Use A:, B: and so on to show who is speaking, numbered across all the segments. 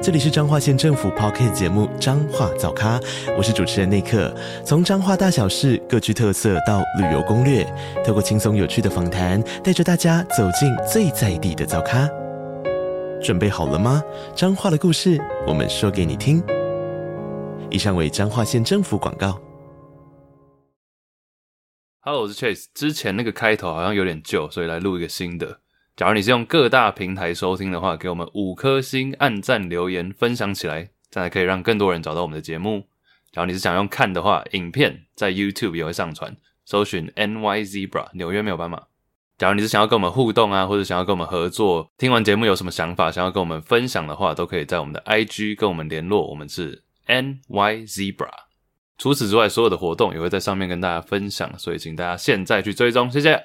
A: 这里是彰化县政府 p o c k t 节目《彰化早咖》，我是主持人内克。从彰化大小事各具特色到旅游攻略，透过轻松有趣的访谈，带着大家走进最在地的早咖。准备好了吗？彰化的故事，我们说给你听。以上为彰化县政府广告。
B: Hello，我是 Chase。之前那个开头好像有点旧，所以来录一个新的。假如你是用各大平台收听的话，给我们五颗星、按赞、留言、分享起来，这样才可以让更多人找到我们的节目。假如你是想用看的话，影片在 YouTube 也会上传，搜寻 NY Zebra 纽约没有斑马。假如你是想要跟我们互动啊，或者想要跟我们合作，听完节目有什么想法，想要跟我们分享的话，都可以在我们的 IG 跟我们联络，我们是 NY Zebra。除此之外，所有的活动也会在上面跟大家分享，所以请大家现在去追踪，谢谢。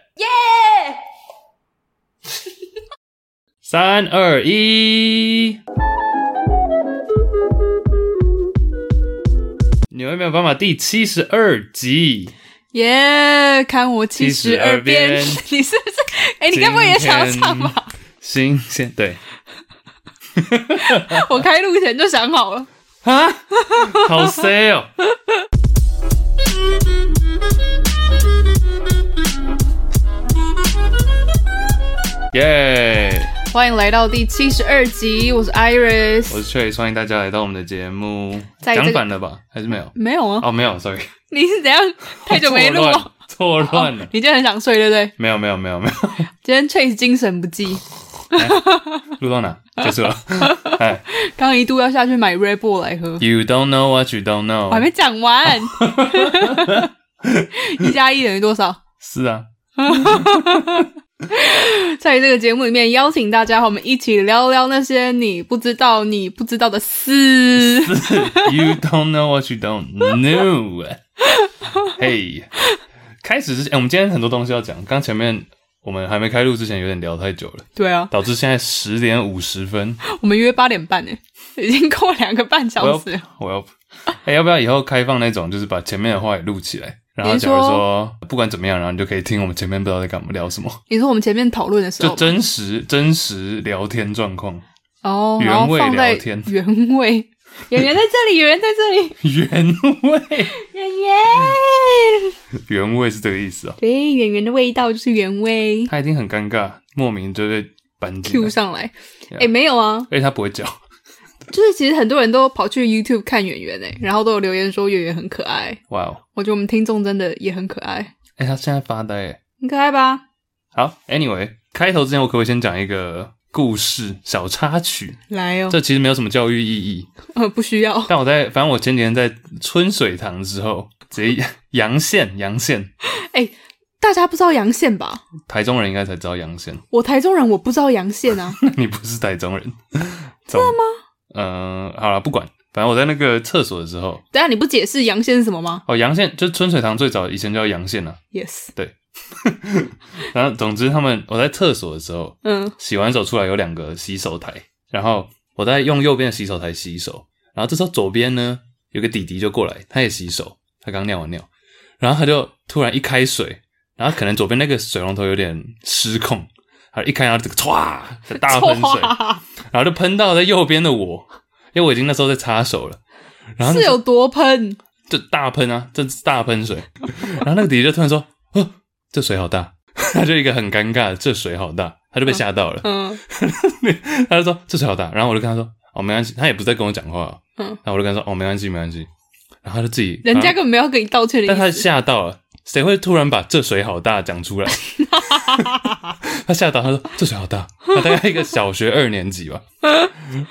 B: 三二一，纽约没有办法第七十二集，
C: 耶看我七十二变，
B: 变
C: 你是不是？哎、你该不会也想要唱吧？
B: 新鲜对
C: 我开录前就想好了。
B: 啊，好 C 哦。 耶、
C: 欢迎来到第七十二集，我是 Iris。
B: 我是 Trace，欢迎大家来到我们的节目。
C: 在这
B: 讲
C: 个
B: 反了吧？还是没有？
C: 没有啊？
B: 哦，没有，sorry，
C: 你是怎样？ 太久没录了，
B: 错乱，错乱了。
C: 你今天很想睡，对不对？
B: 没有，没有，没有， 没有。
C: 今天 Trace 精神不济，
B: 录到哪？结束 了。哎
C: 刚一度要下去买 Red Bull 来喝，
B: ，You don't know what you don't
C: 我还
B: know。
C: 没讲完。 一加一等于多少？
B: 是啊，
C: 在这个节目里面，邀请大家和我们一起聊聊那些你不知道、你不知道的事。
B: You don't know what you don't know 。嘿，开始之前、哎我们今天很多东西要讲。刚前面我们还没开录之前，有点聊太久了，
C: 对啊，
B: 导致现在十点五十分。
C: 我们约八点 半诶，已经过两个半
B: 我
C: 小
B: 要
C: 时了。
B: 我要，哎、要不 要以后开放那种，就是把前面的话也录起来，然后
C: 你
B: 假如
C: 说
B: 说不管怎么样，然后你就可以听我们前面不知道在干嘛聊什么，
C: 你说我们前面讨论的时
B: 就
C: 候
B: 真实真实聊天状况，
C: 哦，
B: 原
C: 然后
B: 味
C: 放在
B: 聊天
C: 原位，演员在这里，演员在这 里，哎
B: 原味
C: 演员
B: 原味是这个意思啊、
C: 对演员的味道就是原味
B: 他一定很尴尬，莫名就被搬进
C: ，Q
B: 来，
C: 上来。
B: Yeah
C: 哎、没有啊，
B: 而且他不会叫，
C: 就是其实很多人都跑去 YouTube 看演员哎，然后都有留言说演员很可爱。
B: 哇哦，
C: 我觉得我们听众真的也很可爱，
B: 哎、他现在发呆耶，
C: 很可爱吧？
B: 好，Anyway，开头之前我可不可以先讲一个故事小插曲？
C: 来哦，
B: 这其实没有什么教育意义，
C: 呃，不需要，
B: 但我在，反正我前几天在春水堂之后，直接阳县，阳县，
C: 大家不知道阳线吧？
B: 台中人应该才知道阳县，
C: 我台中人，我不知道阳线啊。
B: 你不是台中人，真的吗？嗯、好了，不管，反正我在那个厕所的时候，
C: 等一下你不解释阳线是什么吗
B: 哦，阳县就是春水堂最早以前叫阳县啊，
C: ？Yes，
B: 然后总之他们我在厕所的时候，
C: 嗯，
B: 洗完手出来有两个洗手台，然后我在用右边的洗手台洗手，然后这时候左边呢有个弟弟就过来，他也洗手，他刚尿完尿，然后他就突然一开水，然后可能左边那个水龙头有点失控，他一开然后这个歘就大喷水，
C: 哇
B: 然后就喷到在右边的我，因为我已经那时候在擦手了，然后那
C: 是有多喷？
B: 就大喷啊，这是大喷水。然后那个弟弟就突然说：“ 哦，这水好大。” 他就一个很尴尬的，这水好大，他就被吓到了。
C: 嗯，
B: 他就说这水好大，然后我就跟他说哦没关系，他也不是在跟我讲话，
C: 嗯
B: 然后我就跟他说哦没关系没关系，然后他就自己，
C: 人家
B: 反正
C: 根本没有跟你道歉的
B: 但他
C: 意 思。
B: 吓到了，谁会突然把这水好大讲出来？ 他吓到，他说这水好大，他大概一个小学二年级吧，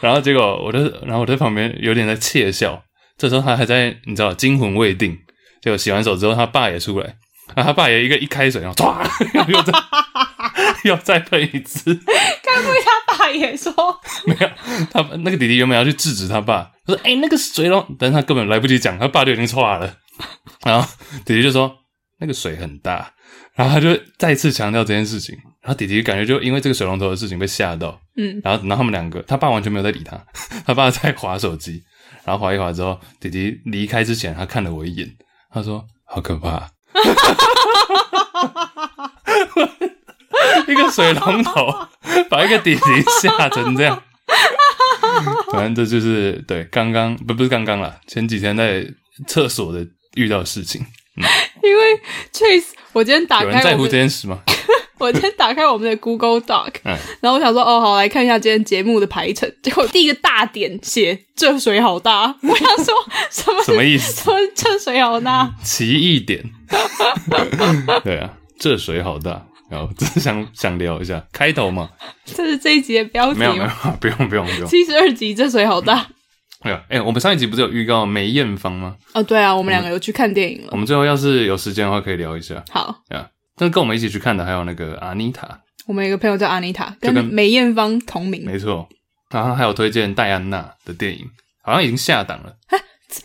B: 然后结果我就，然后我在旁边有点在窃笑，这时候他还在你知道惊魂未定，结果洗完手之后他爸也出来。然后他爸也一个一开水，然后唰， 又再又再喷一次，
C: 该不会他爸也啊说？
B: 没有，他那个弟弟原本要去制止他爸，他说：“哎、那个水龙。”但是他根本来不及讲，他爸就已经错了。然后弟弟就说：“那个水很大。”然后他就再次强调这件事情。然后弟弟感觉就因为这个水龙头的事情被吓到，
C: 嗯，
B: 然后等到他们两个，他爸完全没有在理他，他爸在划手机，然后划一划之后，弟弟离开之前，他看了我一眼，他说：“好可怕、 一个水龙头把一个弟弟吓成这样。反正这就是对刚刚不不是刚刚啦，前几天在厕所的遇到的事情。
C: 因为 Chase，我今天打
B: 有人
C: 开
B: 在
C: 啊我
B: 乎这
C: 们，
B: 件事吗？
C: 我今天打开我们的 Google Doc，
B: 嗯，
C: 然后我想说，哦，好，来看一下今天节目的排程。结果第一个大点写这水好大，我想说什么
B: 什么意思？
C: 什么这水好大？
B: 奇异点。 对啊，这水好大。然后只是想想聊一下开头嘛，
C: 这是这一集的标题
B: 没有没有
C: 吗？，
B: 不用不用不用。
C: 七十二集这水好大。
B: 哎呀，哎，我们上一集不是有预告梅艳芳吗？
C: 哦，对啊，我们两个有去看电影了
B: 我。们最后要是有时间的话，可以聊一下。
C: 好，
B: 对啊，但跟我们一起去看的还有那个阿妮塔，
C: 我们有一个朋友叫阿妮塔，
B: 就
C: 跟
B: 跟
C: 梅艳芳同名，
B: 没错。然后还有推荐戴安娜的电影，好像已经下档了。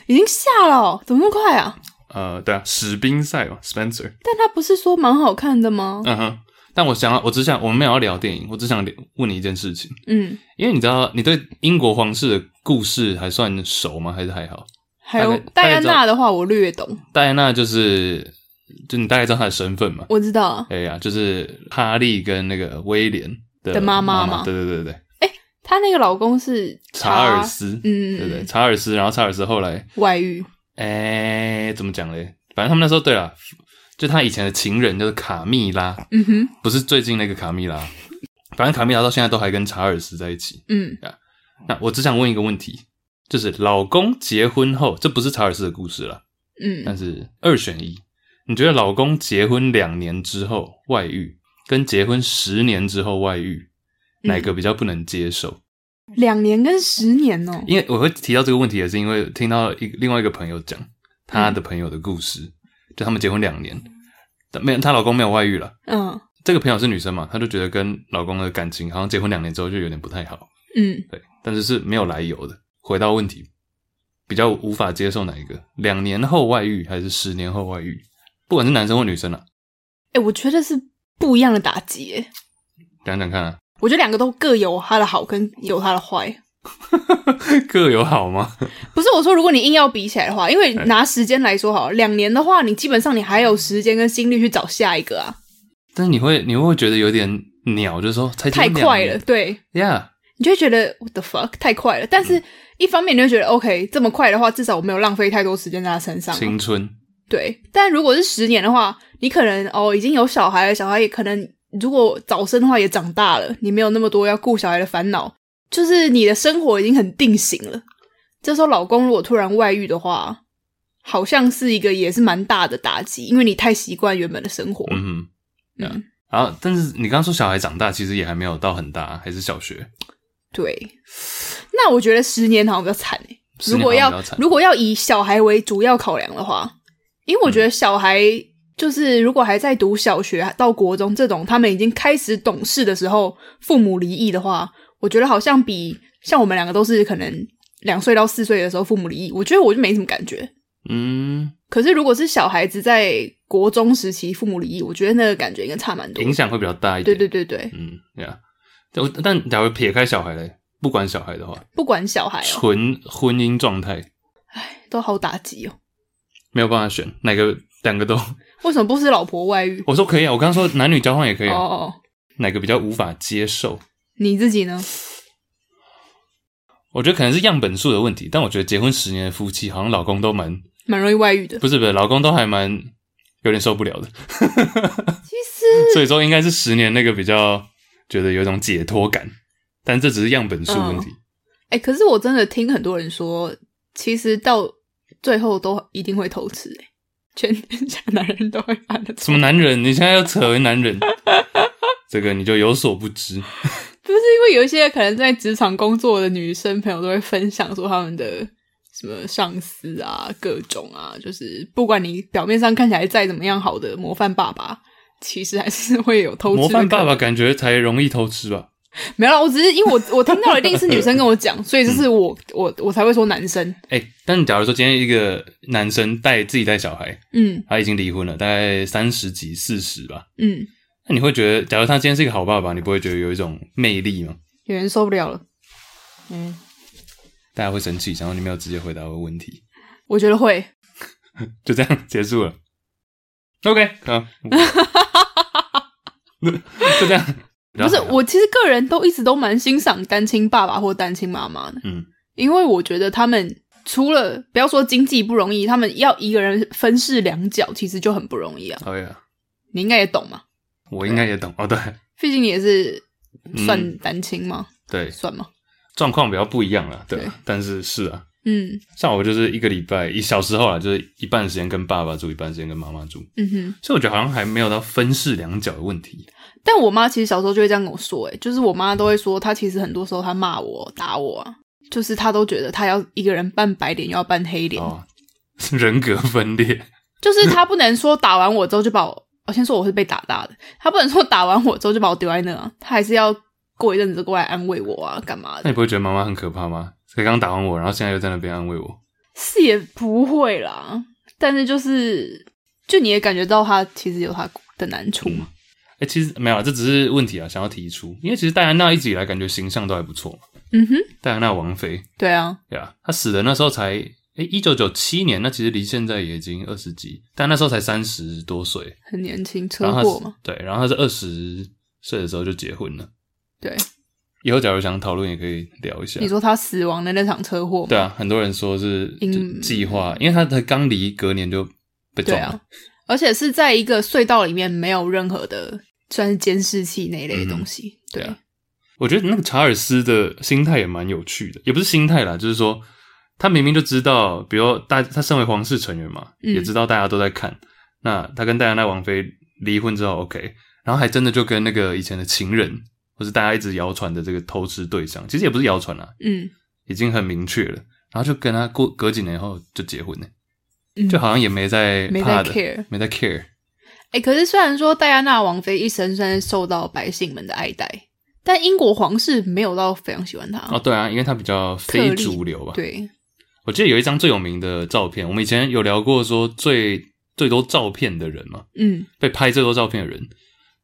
C: 已经下了哦、怎么那么快啊？
B: 呃，对啊，史宾塞嘛，Spencer。
C: 但他不是说蛮好看的吗？
B: 嗯哼。但我想要，我只想，我们没有要聊电影，我只想聊问你一件事情，
C: 嗯，
B: 因为你知道，你对英国皇室的故事还算熟吗？还是还好？
C: 还有
B: 大概
C: 戴安娜的话，我略懂，
B: 戴安娜就是，就你大概知道她的身份嘛？
C: 我知道啊。
B: 哎呀，就是哈利跟那个威廉的
C: 的妈妈吗
B: 对对对对对，
C: 她那个老公是
B: 查尔斯，
C: 嗯
B: 对不对？查尔斯，然后查尔斯后来
C: 外遇，
B: 哎，怎么讲嘞？反正他们那时候对了，就他以前的情人就是卡蜜拉，
C: 嗯哼，
B: 不是最近那个卡蜜拉。反正卡蜜拉到现在都还跟查尔斯在一起。
C: 嗯，
B: 那我只想问一个问题，就是老公结婚后，这不是查尔斯的故事了，
C: 嗯，
B: 但是二选一，你觉得老公结婚两年之后外遇，跟结婚十年之后外遇，哪个比较不能接受？
C: 两年跟十年哦，
B: 因为我会提到这个问题，也是因为听到一另外一个朋友讲他的朋友的故事，就他们结婚两年，但没有她老公没有外遇了。
C: 嗯
B: 这个朋友是女生嘛，她就觉得跟老公的感情好像结婚两年之后就有点不太好，
C: 嗯，
B: 对，但是是没有来由的。回到问题，比较无法接受哪一个？两年后外遇还是十年后外遇？不管是男生或女生啊，
C: 哎，我觉得是不一样的打击耶。
B: 讲讲看啊，
C: 我觉得两个都各有它的好，跟有它的坏。
B: 各有好吗？
C: 不是我说，如果你硬要比起来的话，因
B: 哎
C: 为拿时间来说好了，两年的话，你基本上你还有时间跟心力去找下一个啊，
B: 但是你会你会不会觉得有点鸟，就是说才结
C: 太
B: 婚哎
C: 快
B: 两
C: 了，
B: 年
C: 对，
B: ，Yeah，
C: 你就会觉得 what the fuck 太快了。但是一方面你就觉得 OK，这么快的话，至少我没有浪费太多时间在他身上嘛，
B: 青春，
C: 对。但如果是十年的话，你可能哦已经有小孩了，小孩也可能如果早生的话也长大了，你没有那么多要顾小孩的烦恼，就是你的生活已经很定型了。这时候老公如果突然外遇的话，好像是一个也是蛮大的打击，因为你太习惯原本的生活。
B: 嗯哼。
C: 嗯，
B: 然后，但是你刚刚说小孩长大，其实也还没有到很大，还是小学。
C: 对。那我觉得十年好像比较惨欸
B: 十
C: 如
B: 年
C: 果
B: 好像
C: 要
B: 比较惨
C: 如果要以小孩为主要考量的话，因为我
B: 嗯
C: 觉得小孩就是如果还在读小学到国中这种，他们已经开始懂事的时候，父母离异的话，我觉得好像比像我们两个都是可能两岁到四岁的时候父母离异，我觉得我就没什么感觉。
B: 嗯，
C: 可是如果是小孩子在国中时期父母离异，我觉得那个感觉应该差蛮多。
B: 影响会比较大一
C: 对
B: 点。
C: 对
B: 对，
C: 对对，
B: 嗯，对啊。但但假如撇开小孩嘞，不管小孩的话，
C: 不管小孩哦，
B: 纯婚姻状态
C: 都好打击哦。
B: 没有办法选哪个，两个都。
C: 为什么不是老婆外遇？
B: 我说可以啊，我刚刚说男女交换也可以
C: 哦
B: 啊，
C: 哦，哦
B: 哪个比较无法接受？
C: 你自己呢？
B: 我觉得可能是样本数的问题，但我觉得结婚十年的夫妻，好像老公都蛮
C: 蛮容易外遇的。
B: 不是不是，老公都还蛮 有点受不了的。
C: 其实
B: 所以说应该是十年那个比较觉得有一种解脱感，但这只是样本数问题。
C: 哎、可是我真的听很多人说，其实到最后都一定会偷吃、欸，全天下男人都会犯的
B: 什
C: 错
B: 么。男人？你现在要扯回男人， 这个你就有所不知。
C: 不是因为有一些可能在职场工作的女生朋友都会分享说他们的什么上司啊、各种啊，就是不管你表面上看起来再怎么样好的模范爸爸，其实还是会有偷吃。
B: 模范爸爸，感觉才容易偷吃吧？
C: 没有啦，我只是因为我我听到一定是女生跟我讲，所以
B: 嗯
C: 就是我、我我才会说男生。
B: 哎、但假如说今天一个男生带自己带小孩，
C: 嗯
B: 他已经离婚了，大概三十几、四十吧，
C: 嗯
B: 那你会觉得，假如他今天是一个好爸爸，你不会觉得有一种魅力吗？
C: 有人受不了了。嗯，
B: 大家会生气，然后你没有直接回答我的问题，
C: 我觉得会。
B: 就这样结束了。OK，好，就这样。
C: 不
B: 然
C: 是
B: 后，
C: 我其实个人都一直都蛮欣赏单亲爸爸或单亲妈妈的，
B: 嗯，
C: 因为我觉得他们除了不要说经济不容易，他们要一个人分饰两角，其实就很不容易啊。
B: 好呀，
C: 你应该也懂嘛，
B: 我应该也懂哦。对
C: 毕竟你也是
B: 嗯
C: 算单亲吗？
B: 对，
C: 算吗？
B: 状况比较不一样了，对
C: 对。
B: 但是是啊，
C: 嗯
B: 像我就是一个礼拜，一小时候啊，就是一半时间跟爸爸住，一半时间跟妈妈住，
C: 嗯哼。
B: 所以我觉得好像还没有到分饰两角的问题。
C: 但我妈其实小时候就会这样跟我说、欸，就是我妈都会说，她其实很多时候她骂我、打我啊，就是她都觉得她要一个人扮白脸，又要扮黑脸，
B: 哦，人格分裂，
C: 就是她不能说打完我之后就把我，我先说我是被打大的，她不能说打完我之后就把我丢在那啊，她还是要过一阵子过来安慰我啊，干嘛
B: 那
C: 的？
B: 你不会觉得妈妈很可怕吗？才刚打完我，然后现在又在那边安慰我。
C: 是也不会啦，但是就是就你也感觉到她其实有她的难处嘛，
B: 哎、其实没有啊，这只是问题啊，想要提出，因为其实戴安娜一直以来感觉形象都还不错嘛。
C: 嗯哼，
B: 戴安娜王妃，
C: 对啊，
B: 对啊，她死的那时候才哎一九九七年，那其实离现在也已经二十几，但那时候才三十多岁，
C: 很年轻，
B: 然
C: 车
B: 后她
C: 祸
B: 是
C: 嘛，
B: 对，然后她是二十岁的时候就结婚了。
C: 对，
B: 啊以后假如想讨论，也可以聊一下。
C: 你说她死亡的那场车祸嘛，
B: 对啊，很多人说是
C: 因
B: 就计划，因为他才刚离，隔年就被
C: 对
B: 撞了。
C: 啊，而且是在一个隧道里面，没有任何的算是监视器那一类的东西。对，
B: 对啊我觉得那个查尔斯的心态也蛮有趣的，也不是心态啦，就是说他明明就知道，比如大他身为皇室成员嘛，
C: 嗯
B: 也知道大家都在看。那他跟戴安娜王妃离婚之后，OK，然后还真的就跟那个以前的情人，或是大家一直谣传的这个偷吃对象，其实也不是谣传啦，
C: 嗯
B: 已经很明确了。然后就跟他过隔几年后就结婚了，
C: 嗯，
B: 就好像也没在
C: 没在
B: 怕的，
C: care
B: 没在 care。
C: 哎、可是虽然说戴安娜王妃一生算是受到百姓们的爱戴，但英国皇室没有到非常喜欢她。
B: 哦，对啊，因为它比较非主流吧。，
C: 对，
B: 我记得有一张最有名的照片，我们以前有聊过，说最最多照片的人嘛，
C: 嗯，
B: 被拍最多照片的人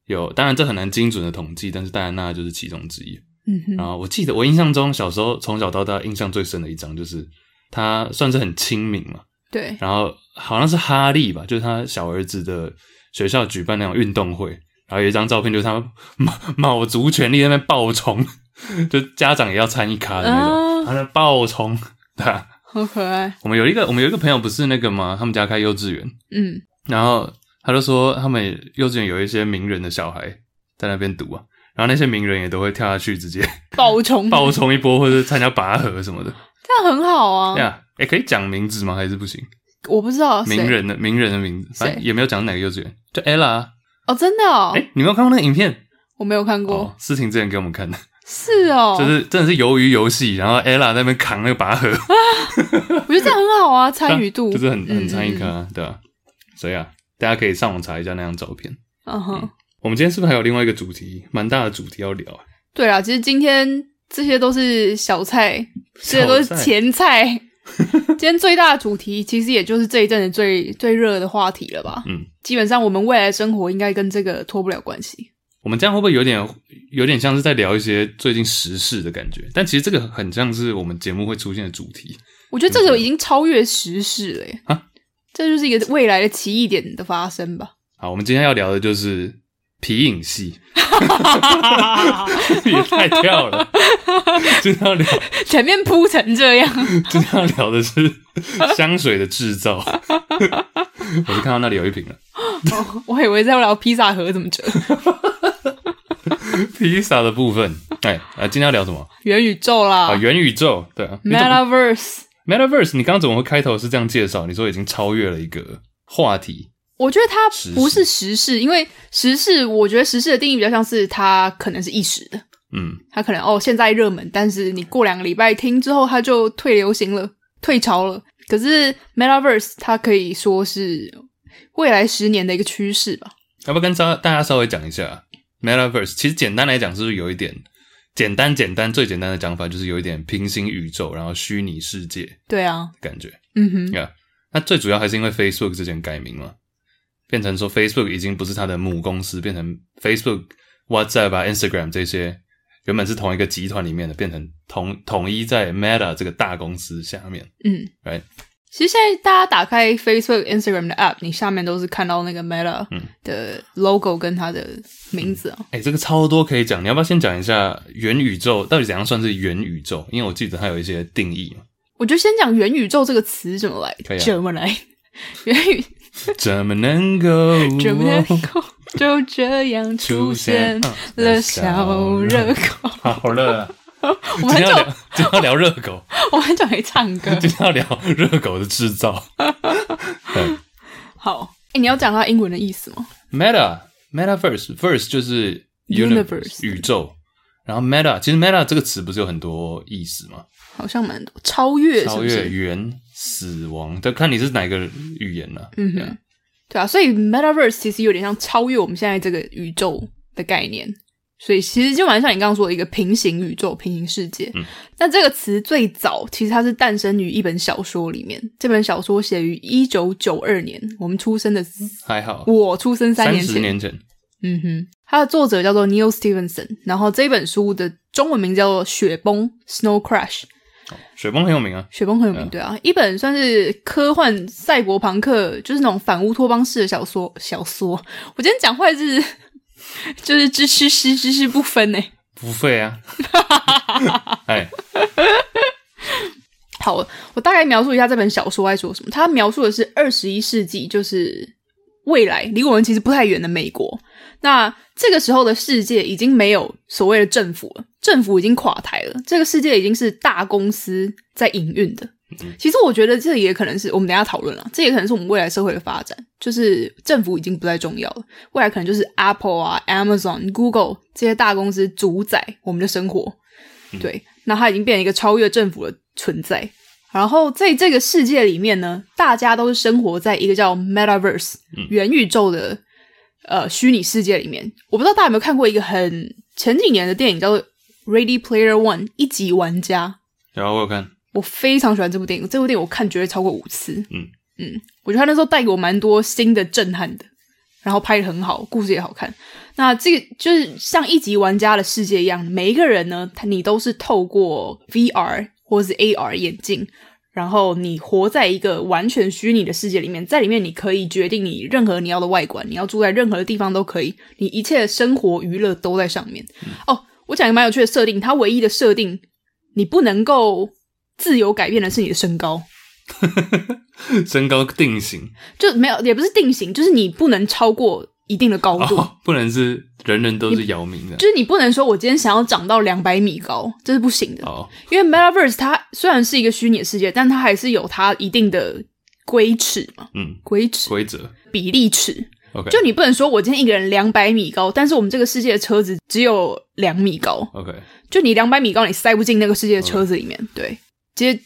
B: 有，当然这很难精准的统计，但是戴安娜就是其中之一。
C: 嗯
B: 然
C: 哼，
B: 后我记得我印象中小时候从小到大印象最深的一张就是她算是很亲民嘛，
C: 对，
B: 然后好像是哈利吧，就是他小儿子的学校举办那种运动会，然后有一张照片就是他卯卯足全力在那边爆冲， 就家长也要参一咖的那种，
C: 啊
B: 他在爆冲。对、啊，
C: 好可爱。
B: 我们有一个我们有一个朋友不是那个吗？他们家开幼稚园，
C: 嗯，
B: 然后他就说他们幼稚园有一些名人的小孩在那边读啊。然后那些名人也都会跳下去，直 接
C: 爆冲，
B: 爆冲一波，或者是参加拔河什么的。
C: 这样很好啊。
B: 对啊，哎，可以讲名字吗？还是不行？
C: 我不知道谁
B: 名人的名人的名字，
C: 谁
B: 反正也没有讲哪个幼稚园，就 Ella 啊。
C: 哦，真的哦，
B: 哎、你没有看过那个影片？
C: 我没有看过，
B: 哦，思婷之前给我们看的，
C: 是哦，
B: 就是真的是鱿鱼游戏，然后 Ella 在那边扛那个拔河，
C: 我觉得这样很好啊，参与 度嗯
B: 就是很很参与感
C: 感。
B: 啊，对吧、所以啊，大家可以上网查一下那张照片。
C: 嗯哼。
B: 我们今天是不是还有另外一个主题，蛮大的主题要聊啊？
C: 对啦，其实今天这些都是小菜，这些都是
B: 小菜
C: 前菜。 今天最大的主题其实也就是这一阵子最最热的话题了吧？
B: 嗯，
C: 基本上我们未来的生活应该跟这个脱不了关系。
B: 我们这样会不会有点有点像是在聊一些最近时事的感觉？但其实这个很像是我们节目会出现的主题。
C: 我觉得这个已经超越时事了耶
B: 啊！
C: 这就是一个未来的奇异点的发生吧？
B: 好，我们今天要聊的就是皮影戏， 也太跳了。今天要聊
C: 前面铺成这样，
B: 今天要聊的是香水的制造， 我就看到那里有一瓶了，
C: 我以为在聊披萨盒怎么折、
B: 披萨的部分。哎，啊，今天要聊什么？
C: 元宇宙
B: 啊，
C: 啦、
B: 元宇宙，对啊
C: m e t a v e r s e
B: m e t a v e r s e 你刚刚怎么会开头是这样介绍？你说已经超越了一个话题，
C: 我觉得它
B: 时
C: 不是
B: 事
C: 时事，因为时事，我觉得时事的定义比较像是它可能是一时的，
B: 嗯，
C: 它可能哦现在热门，但是你过两个礼拜听之后，它就退流行了、退潮了。可是 Metaverse 它可以说是未来十年的一个趋势吧。
B: 要不要跟大大家稍微讲一下 m e t a v e r s e 其实简单来讲，是不是有一点简单简单最简单的讲法，就是有一点平行宇宙，然后虚拟世界的
C: 对啊，
B: 感觉。
C: 嗯哼，
B: 那最主要还是因为 Facebook 之前改名嘛变成说 Facebook 已经不是它的母公司，变成 Facebook、WhatsApp 啊、Instagram 这些原本是同一个集团里面的，变成统统一在 Meta 这个大公司下面
C: 嗯，
B: ，right？
C: 其实现在大家打开 Facebook、Instagram 的 App，你下面都是看到那个 Meta
B: 嗯
C: 的 logo 跟它的名字啊。
B: 哎、这个超多可以讲，你要不要先讲一下元宇宙到底怎样算是元宇宙？因为我记得它有一些定义嘛。
C: 我就先讲元宇宙这个词怎么来
B: 可以，啊
C: 怎么来，元宇
B: 怎么能够
C: 怎么能够就这样出现
B: 哦
C: 了小热狗？
B: 好热、啊！
C: 我
B: 今
C: 们
B: 天要
C: 很久
B: 聊，今天要聊热狗，
C: 我们很久没唱歌，
B: 今天要聊热狗的制造。对
C: 好。哎、你要讲它英文的意思吗？
B: Meta Metaverse Verse 就是
C: Universe
B: 宇宙，然后 Meta 其实 Meta 这个词不是有很多意思吗？
C: 好像蛮多，超越是
B: 超
C: 不是？
B: 越、元、死亡，但看你是哪一个语言了、
C: 嗯
B: 对啊
C: 哼，对啊，所以 Metaverse 其实有点像超越我们现在这个宇宙的概念，所以其实就蛮像你刚刚说的一个平行宇宙、平行世界。
B: 嗯
C: 那这个词最早其实它是诞生于一本小说里面，这本小说写于一九九二年，我们出生的
B: 还好，
C: 我出生三
B: 哦三
C: 年
B: 十
C: 前，
B: 年前，
C: 嗯哼，它的作者叫做 Neil Stevenson，然后这本书的中文名叫做《雪崩》（Snow Crash）。
B: 雪崩很有名啊，
C: 雪崩很有
B: 嗯
C: 名，对啊，一本算是科幻赛博朋克，就是那种反乌托邦式的小说。小说，我今天讲话就是 就是知吃吃知吃不分欸呢。
B: 不费 啊。哎，
C: 好，我大概描述一下这本小说在说什么。它描述的是二十一世纪，就是未来离我们其实不太远的美国。那这个时候的世界已经没有所谓的政府了，政府已经垮台了，这个世界已经是大公司在营运的。其实我觉得这也可能是我们等一下讨论了，这也可能是我们未来社会的发展，就是政府已经不再重要了，未来可能就是 Apple 啊、Amazon、Google 这些大公司主宰我们的生活。对，那它已经变成一个超越政府的存在。然后在这个世界里面呢，大家都是生活在一个叫 Metaverse
B: 嗯
C: 元宇宙的呃虚拟世界里面。我不知道大家有没有看过一个很前几年的电影叫做《Ready Player One》一级玩家。
B: 然后我有看，
C: 我非常喜欢这部电影，这部电影我看绝对超过五次。
B: 嗯
C: 嗯，我觉得他那时候带给我蛮多新的震撼的，然后拍的很好，故事也好看。那这个就是像一级玩家的世界一样，每一个人呢，他你都是透过 VR 或是 AR 眼镜，然后你活在一个完全虚拟的世界里面，在里面你可以决定你任何你要的外观，你要住在任何的地方都可以，你一切的生活娱乐都在上面。哦，我讲一个蛮有趣的设定，它唯一的设定，你不能够自由改变的是你的身高，
B: 身高定型
C: 就没有也不是定型，就是你不能超过一定的高度。
B: 哦，不能是人人都是姚明的
C: 就是你不能说我今天想要长到两百米高，这是不行的。
B: 哦，
C: 因为 Metaverse 它虽然是一个虚拟的世界，但它还是有它一定的规尺嘛，
B: 嗯，
C: 规尺、
B: 规则
C: 比例尺。
B: OK，
C: 就你不能说我今天一个人两百米高，但是我们这个世界的车子只有两米高，
B: OK，
C: 就你两百米高，你塞不进那个世界的车子里面。对，其实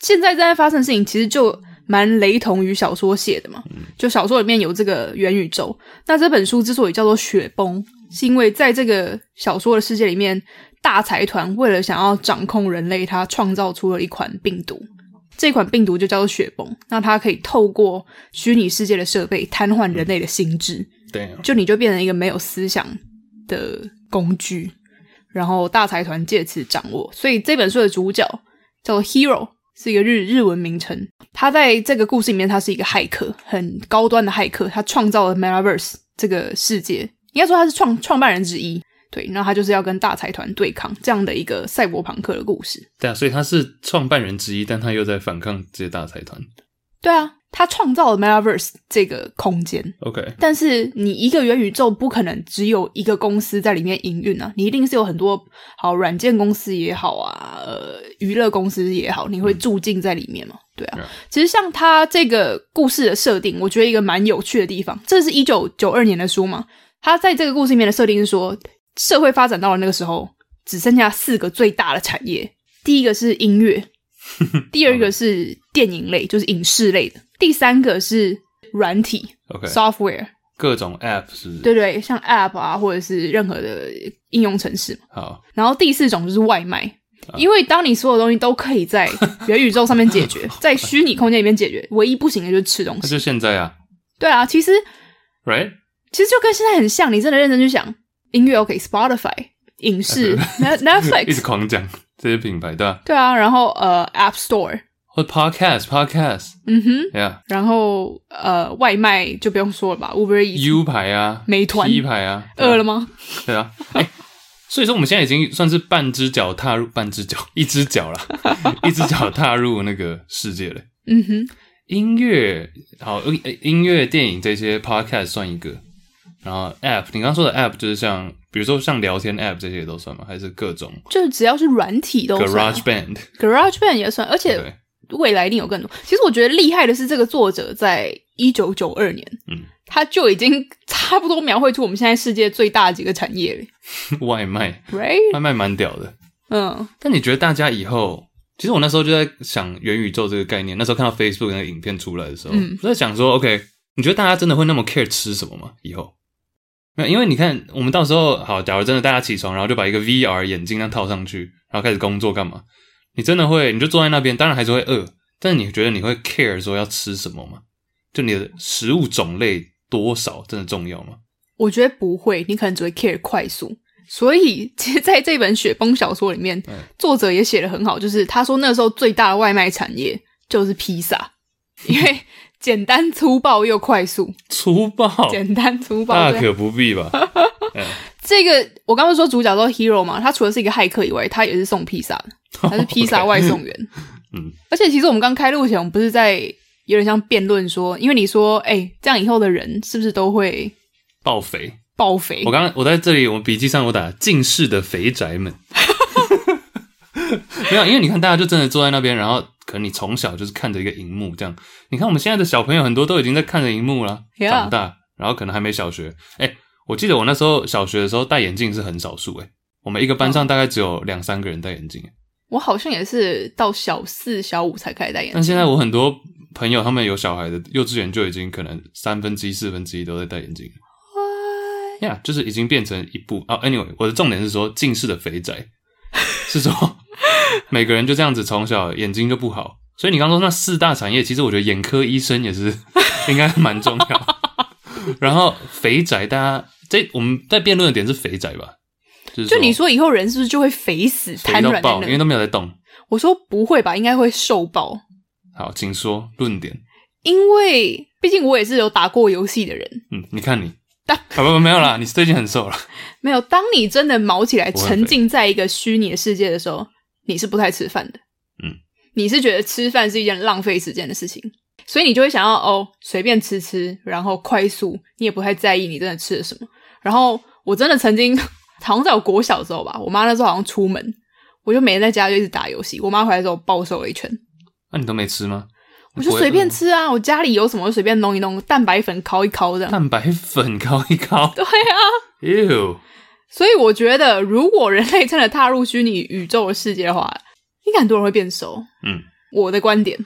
C: 现在正在发生的事情，其实就蛮雷同于小说写的嘛。就小说里面有这个元宇宙，那这本书之所以叫做《雪崩》，是因为在这个小说的世界里面，大财团为了想要掌控人类，它创造出了一款病毒。这款病毒就叫做雪崩，那它可以透过虚拟世界的设备瘫痪人类的心智。
B: 对，啊
C: 就你就变成一个没有思想的工具，然后大财团借此掌握。所以这本书的主角叫做 Hero，是一个日日文名称。他在这个故事里面，他是一个骇客，很高端的骇客，他创造了 Metaverse 这个世界，应该说他是创创办人之一。对，然后他就是要跟大财团对抗这样的一个赛博朋克的故事。
B: 对啊，所以他是创办人之一，但他又在反抗这些大财团。
C: 对啊，他创造了 Metaverse 这个空间，
B: OK，
C: 但是你一个元宇宙不可能只有一个公司在里面营运啊，你一定是有很多好软件公司也好啊，呃，娱乐公司也好，你会住进在里面嘛？对啊
B: Yeah，
C: 其实像它这个故事的设定，我觉得一个蛮有趣的地方，这是一九九二年的书嘛，它在这个故事里面的设定是说，社会发展到了那个时候，只剩下四个最大的产业，第一个是音 乐，第二个是电影类，就是影视类的，第三个是软体
B: OK
C: software。
B: 各种 App 是不是？
C: 对对，像 App 啊，或者是任何的应用程式嘛。
B: 好，
C: 然后第四种就是外卖，
B: 啊
C: 因为当你所有东西都可 以在元宇宙上面解决，在虚拟空间里面解决，唯一不行的就是吃东
B: 那
C: 西。
B: 就现在啊，
C: 对啊，其实
B: ，right？
C: 其实就跟现在很像。你真的认真去想，音乐 OK，Spotify、影视 Net-
B: 一直
C: Netflix，
B: 狂讲这些品牌，对吧？
C: 对啊，然后呃 App Store，
B: 或 podcast，podcast，yeah，
C: 嗯哼，然后呃外卖就不用说了吧，Uber Eats，
B: U 牌啊，
C: 美团
B: P 牌啊，对啊
C: 饿了吗？
B: 对啊，哎、所以说我们现在已经算是半只脚踏入半只脚， 一只脚啦，一只脚踏入那个世界了。
C: 嗯哼，
B: 音乐好，呃音乐、电影这些 podcast 算一个，然后 app，你刚刚说的 app 就是像，比如说像聊天 app 这些也都算吗？还是各种
C: 就只要是软体都算
B: Garage Band？
C: Garage Band 也算，而且
B: 对，
C: 未来一定有更多。其实我觉得厉害的是，这个作者在一九九二年，
B: 嗯，
C: 他就已经差不多描绘出我们现在世界最大的几个产业了
B: 外卖，
C: ，right？
B: 外卖蛮屌的。
C: 嗯，
B: 但你觉得大家以后，其实我那时候就在想元宇宙这个概念，那时候看到 Facebook 那个影片出来的时候，
C: 嗯
B: 我在想说，OK，你觉得大家真的会那么 care 吃什么吗？以后？那因为你看，我们到时候好，假如真的大家起床，然后就把一个 VR 眼镜那套上去，然后开始工作干嘛？你真的会，你就坐在那边，当然还是会饿，但是你觉得你会 care 说要吃什么吗？就你的食物种类多少真的重要吗？
C: 我觉得不会，你可能只会 care 快速。所以，其实在这本雪崩小说里面，
B: 嗯
C: 作者也写的很好，就是他说那时候最大的外卖产业就是披萨，因为简单粗暴又快速，
B: 粗暴，
C: 简单粗暴。
B: 大
C: 对
B: 哦可不必吧？
C: 这个我刚刚说主角都 hero 嘛，他除了是一个骇客以外，他也是送披萨 的，他是披萨
B: 哦 OK
C: 外送员。
B: 嗯，
C: 而且其实我们刚开录前，我们不是在有点像辩论说，因为你说，哎、这样以后的人是不是都会
B: 暴肥。
C: 爆肥
B: 我？刚刚我在这里，我笔记上我打近视的肥宅 们，没有，因为你看大家就真的坐在那边，然后可能你从小就是看着一个荧幕这样。你看我们现在的小朋友很多都已经在看着荧幕了
C: Yeah
B: 长大，然后可能还没小学。哎、我记得我那时候小学的时候戴眼镜是很少数哎、我们一个班上大概只有两三个人戴眼镜、哎
C: 我好像也是到小四、小五才开始戴眼
B: 但
C: 镜。
B: 现在我很多朋友他们有小孩的，幼稚园就已经可能三分之一、四分之一都在戴眼镜了。呀就是已经变成一部啊。anyway，我的重点是说近视的肥宅， 是说每个人就这样子从小眼睛就不好。所以你刚说那四大产业，其实我觉得眼科医生也是 应该蛮重要。 然后肥宅，大家这我们在辩论的点是肥宅吧？就是
C: 就你说以后人是不是就会肥死、
B: 肥
C: 瘫
B: 到
C: 软在
B: 爆，因为
C: 那？
B: 都没有在动。
C: 我说不会吧，应该会瘦爆，
B: 好，请说论点。
C: 因为毕竟我也是有打过游戏的人。
B: 嗯，你看你，
C: 但
B: 啊不不没有啦，你最近很瘦了。
C: 没有，当你真的毛起来，
B: 我很
C: 沉浸在一个虚拟的世界的时候，你是不太吃饭的。
B: 嗯，
C: 你是觉得吃饭是一件浪费时间的事情，所以你就会想要哦，随便吃吃，然后快速，你也不太在意你真的吃了什么。然后我真的曾经， 好像在我国小的时候吧，我妈那时候好像出门，我就每天在家就一直打游戏。我妈回来之后暴瘦了一圈，
B: 那、啊你都没吃吗？
C: 我就
B: 不会嗯
C: 随便
B: 饿
C: 吃啊，我家里有什么就随便弄一弄，蛋白粉烤一 烤这样。
B: 蛋白粉烤一烤。
C: 对啊，
B: Ew，
C: 所以我觉得，如果人类真的踏入虚拟宇宙的世界的话，应该很多人会变瘦。
B: 嗯，
C: 我的观点，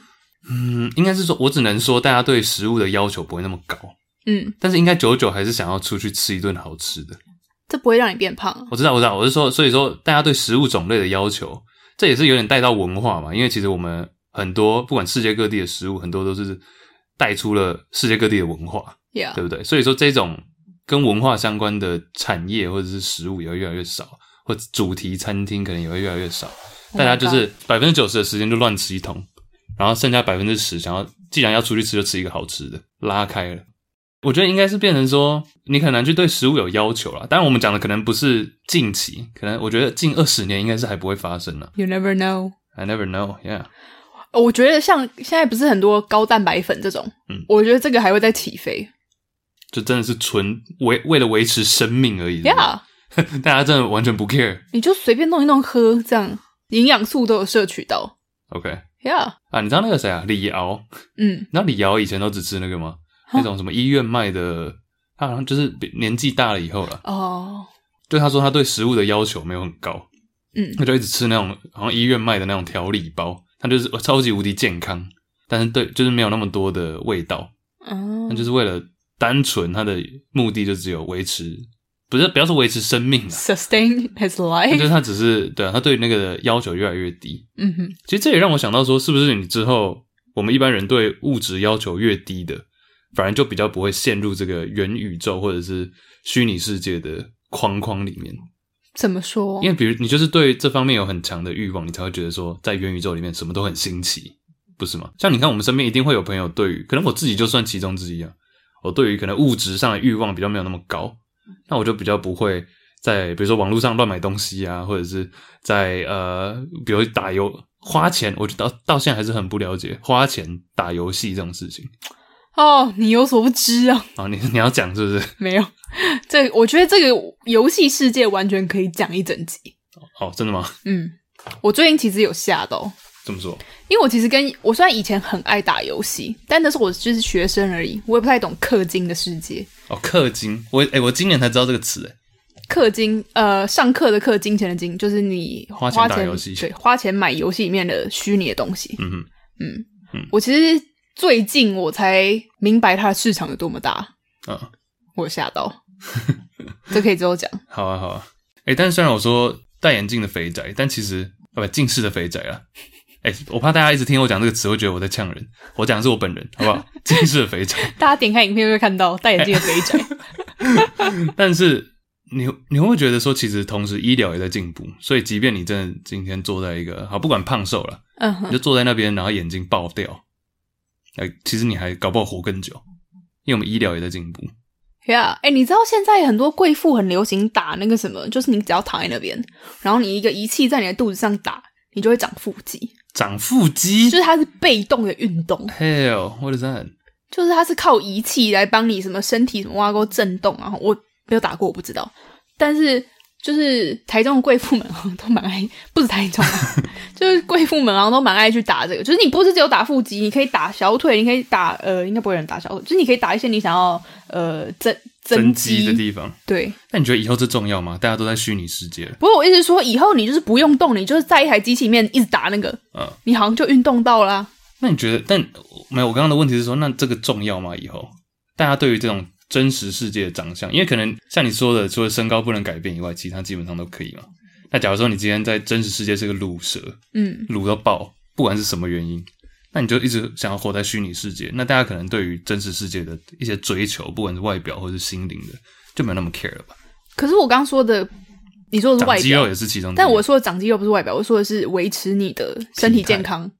B: 嗯，应该是说，我只能说大家对食物的要求不会那么高，
C: 嗯，
B: 但是应该久久还是想要出去吃一顿好吃的。
C: 这不会让你变胖。
B: 我知道，我知道，我是说，所以说大家对食物种类的要求，这也是有点带到文化嘛，因为其实我们很多不管世界各地的食物，很多都是带出了世界各地的文化。
C: Yeah，
B: 对不对？所以说这种跟文化相关的产业或者是食物也会越来越少，或者主题餐厅可能也会越来越少。
C: Oh my
B: 大家就是百分之九十的时间就乱吃一通，然后剩下百分之十想要，既然要出去吃，就吃一个好吃的，拉开了。我觉得应该是变成说，你很难去对食物有要求了。当然，我们讲的可能不是近期，可能我觉得近二十年应该是还不会发生了。
C: you never know。
B: I never know, yeah。
C: 我觉得像现在不是很多高蛋白粉这种，
B: 嗯
C: 我觉得这个还会再起飞。
B: 就真的是纯为为了维持生命而已。
C: Yeah，
B: 大家真的完全不 care。
C: 你就随便弄一弄喝，这样营养素都有摄取到。
B: OK，
C: Yeah，
B: 啊，你知道那个谁啊，李敖？
C: 嗯
B: 你知道李敖以前都只吃那个吗？
C: 哈
B: 那种什么医院卖的，他好像就是比年纪大了以后了，
C: 哦，
B: 就他说他对食物的要求没有很高，
C: 嗯
B: 他就一直吃那种好像医院卖的那种调理包，他就是呃超级无敌健康，但是对就是没有那么多的味道，
C: 哦
B: 那，就是为了单纯他的目的就只有维持，不是不要说维持生命啊，
C: sustain his
B: 就
C: life
B: 是。他只是对啊，他对那个的要求越来越低，
C: 嗯哼，
B: 其实这也让我想到说，是不是你之后我们一般人对物质要求越低的，反而就比较不会陷入这个元宇宙或者是虚拟世界的框框里面。
C: 怎么说
B: 因？为比如你就是对这方面有很强的欲望，你才会觉得说在元宇宙里面什么都很新奇，不是吗？像你看我们身边一定会有朋友对于，可能我自己就算其中之一啊，我对于可能物质上的欲望比较没有那么高，那我就比较不会在比如说网络上乱买东西啊，或者是在呃比如打游花钱，我就到到现在还是很不了解花钱打游戏这种事情
C: 哦，你有所不知啊，
B: 啊，你 你要讲是不是？
C: 没有。这我觉得这个游戏世界完全可以讲一整集。
B: 哦，真的吗？
C: 嗯，我最近其实有吓到，
B: 这么说
C: 因为我其实跟我虽然以前很爱打游戏，但那时候我就是学生而已，我也不太懂氪金的世界。
B: 哦，氪金，我哎、我今年才知道这个词哎。
C: 氪金，呃，上课的氪，金钱的金，就是你
B: 花钱
C: 钱
B: 打游戏
C: 对，花钱买游戏里面的虚拟的东西。
B: 嗯哼，嗯
C: 我其实最近我才明白它的市场有多么大，
B: 嗯，
C: 我有吓 到。这可以之后讲。
B: 好啊，好啊。哎、但是虽然我说戴眼镜的肥宅，但其实啊不近视的肥宅啊。哎、我怕大家一直听我讲这个词，会觉得我在呛人。我讲的是我本人，好不好？ 近视的肥宅。
C: 大家点开影片会看到戴眼镜的肥宅，
B: 但是你你会觉得说，其实同时医疗也在进步，所以即便你真的今天坐在一个好，不管胖瘦了，
C: 嗯
B: 你
C: 哼，
B: 就坐在那边，然后眼睛爆掉，哎、其实你还搞不好活更久，因为我们医疗也在进步。
C: 呀，哎，你知道现在很多贵妇很流行打那个什么，就是你只要躺在那边，然后你一个仪器在你的肚子上打，你就会长腹肌，
B: 长腹肌
C: 就是它是被动的运动，
B: ，hell，what is that？
C: 就是它是靠仪器来帮你什么身体什么挖沟震动啊。我没有打过，我不知道，但是就是台中的贵妇们好像都蛮爱，不止台中 啊，就是贵妇们好啊像都蛮爱去打这个。就是你不是只有打腹肌，你可以打小腿，你可以打呃，应该不会有人打小腿，就是你可以打一些你想要呃增
B: 增
C: 肌
B: 肌的地方。
C: 对。
B: 那你觉得以后这重要吗？大家都在虚拟世界了，
C: 不过我一直说，以后你就是不用动，你就是在一台机器里面一直打那个，
B: 嗯，
C: 你好像就运动到啦、
B: 那你觉得？但没有，我刚刚的问题是说，那这个重要吗？以后大家对于这种真实世界的长相，因为可能像你说的，除了身高不能改变以外，其他基本上都可以嘛。那假如说你今天在真实世界是个卤蛇，
C: 嗯，
B: 卤到爆，不管是什么原因，那你就一直想要活在虚拟世界。那大家可能对于真实世界的一些追求，不管是外表或是心灵的，就没有那么 care 了吧？
C: 可是我刚说的，你说的是
B: 长
C: 外
B: 肌
C: 表
B: 肉，也是其中之一，
C: 但我说的长肌肉不是外表，我说的是维持你的身体健康。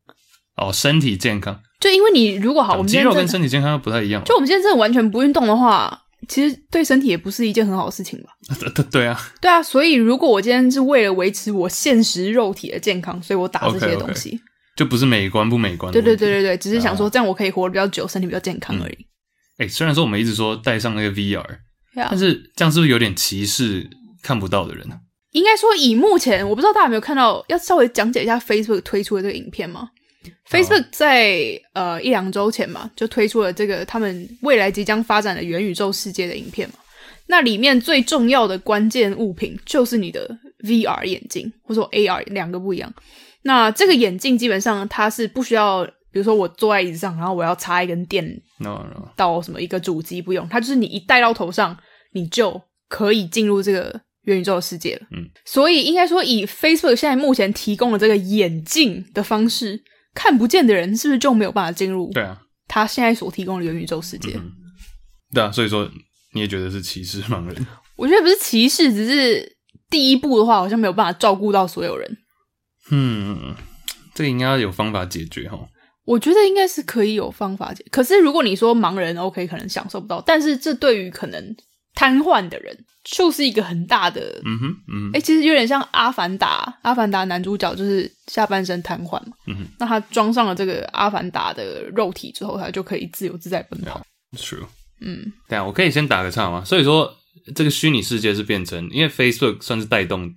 B: 哦，身体健康，
C: 就因为你如果好，我
B: 长
C: 们
B: 肌
C: 现
B: 肉
C: 在
B: 跟
C: 真的
B: 身体健康又不太一样吧。
C: 就我们现在真的完全不运动的话，其实对身体也不是一件很好的事情吧？
B: 对 对对啊，
C: 对啊，所以如果我今天是为了维持我现实肉体的健康，所以我打这些
B: OK，OK
C: 东西。
B: 就不是美观不美观的
C: 对
B: 问题。
C: 对对对对，只是想
B: 嗯
C: 说这样我可以活得比较久，身体比较健康而已。
B: 哎、虽然说我们一直说戴上那个 VR，
C: 对啊
B: 但是这样是不是有点歧视看不到的人呢、啊
C: 应该说，以目前我不知道大家有没有看到，要稍微讲解一下 Facebook 推出的这个影片吗？Facebook 在呃一两周前嘛，就推出了这个他们未来即将发展的元宇宙世界的影片嘛。那里面最重要的关键物品就是你的 VR 眼镜，或者说 AR 两个不一样。那这个眼镜基本上它是不需要，比如说我坐在椅子上，然后我要插一根电
B: no no，
C: 到什么一个主机不用，它就是你一戴到头上，你就可以进入这个元宇宙的世界了。
B: 嗯，
C: 所以应该说，以 Facebook 现在目前提供的这个眼镜的方式，看不见的人是不是就没有办法进入
B: 对啊，
C: 他现在所提供的元宇宙世界？
B: 嗯对啊，所以说你也觉得是歧视盲人？
C: 我觉得不是歧视，只是第一步的话，好像没有办法照顾到所有人。
B: 嗯，这个应该要有方法解决哦哈。
C: 我觉得应该是可以有方法解。可是如果你说盲人 OK，可能享受不到，但是这对于可能瘫痪的人，就是一个很大的
B: 嗯哼，嗯
C: 哎、其实有点像阿凡达《阿凡达》，男主角就是下半身瘫痪嘛。
B: 嗯哼
C: 那他装上了这个《阿凡达》的肉体之后，他就可以自由自在奔跑。
B: ，true。
C: 嗯，
B: 对啊，我可以先打个岔吗？所以说这个虚拟世界是变成，因为 Facebook 算是带动，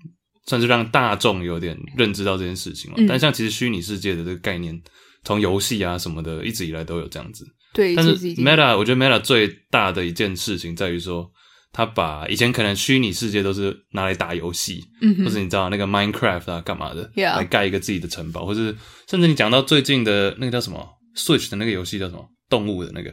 B: 算是让大众有点认知到这件事情嘛。
C: 嗯
B: 但像其实虚拟世界的这个概念，从游戏啊什么的，一直以来都有这样子。
C: 对，
B: 但是
C: 其实已经
B: Meta，我觉得 Meta 最大的一件事情在于说，他把以前可能虚拟世界都是拿来打游戏，
C: 嗯
B: 或
C: 哼，
B: 是你知道那个 Minecraft 啊干嘛的
C: Yeah
B: 来盖一个自己的城堡，或是甚至你讲到最近的那个叫什么 Switch 的那个游戏叫什么动物的那个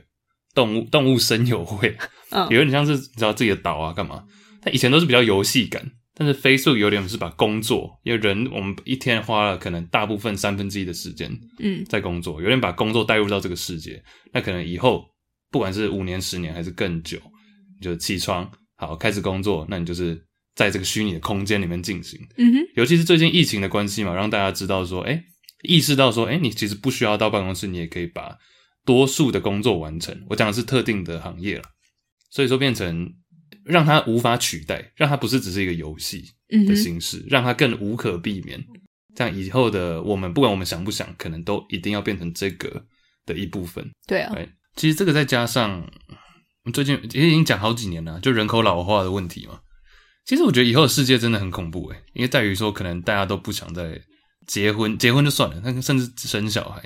B: 动物动物森友会，
C: 嗯
B: 有点像是你知道自己的岛啊干嘛，但以前都是比较游戏感。但是 Facebook 有点是把工作，因为人我们一天花了可能大部分三分之一的时间
C: 嗯，
B: 在工作，有点把工作带入到这个世界。那可能以后不管是五年、十年还是更久，你就起床好开始工作，那你就是在这个虚拟的空间里面进行。
C: 嗯哼，
B: 尤其是最近疫情的关系嘛，让大家知道说，哎、意识到说，哎、你其实不需要到办公室，你也可以把多数的工作完成。我讲的是特定的行业了，所以说变成让它无法取代，让它不是只是一个游戏
C: 嗯
B: 的
C: 哼，
B: 形式，让它更无可避免。这样以后的我们，不管我们想不想，可能都一定要变成这个的一部分。
C: 对啊，
B: 对，其实这个再加上我们最近也已经讲好几年了，就人口老化的问题嘛。其实我觉得以后的世界真的很恐怖诶、欸因为在于说可能大家都不想再结婚，结婚就算了，但甚至生小孩，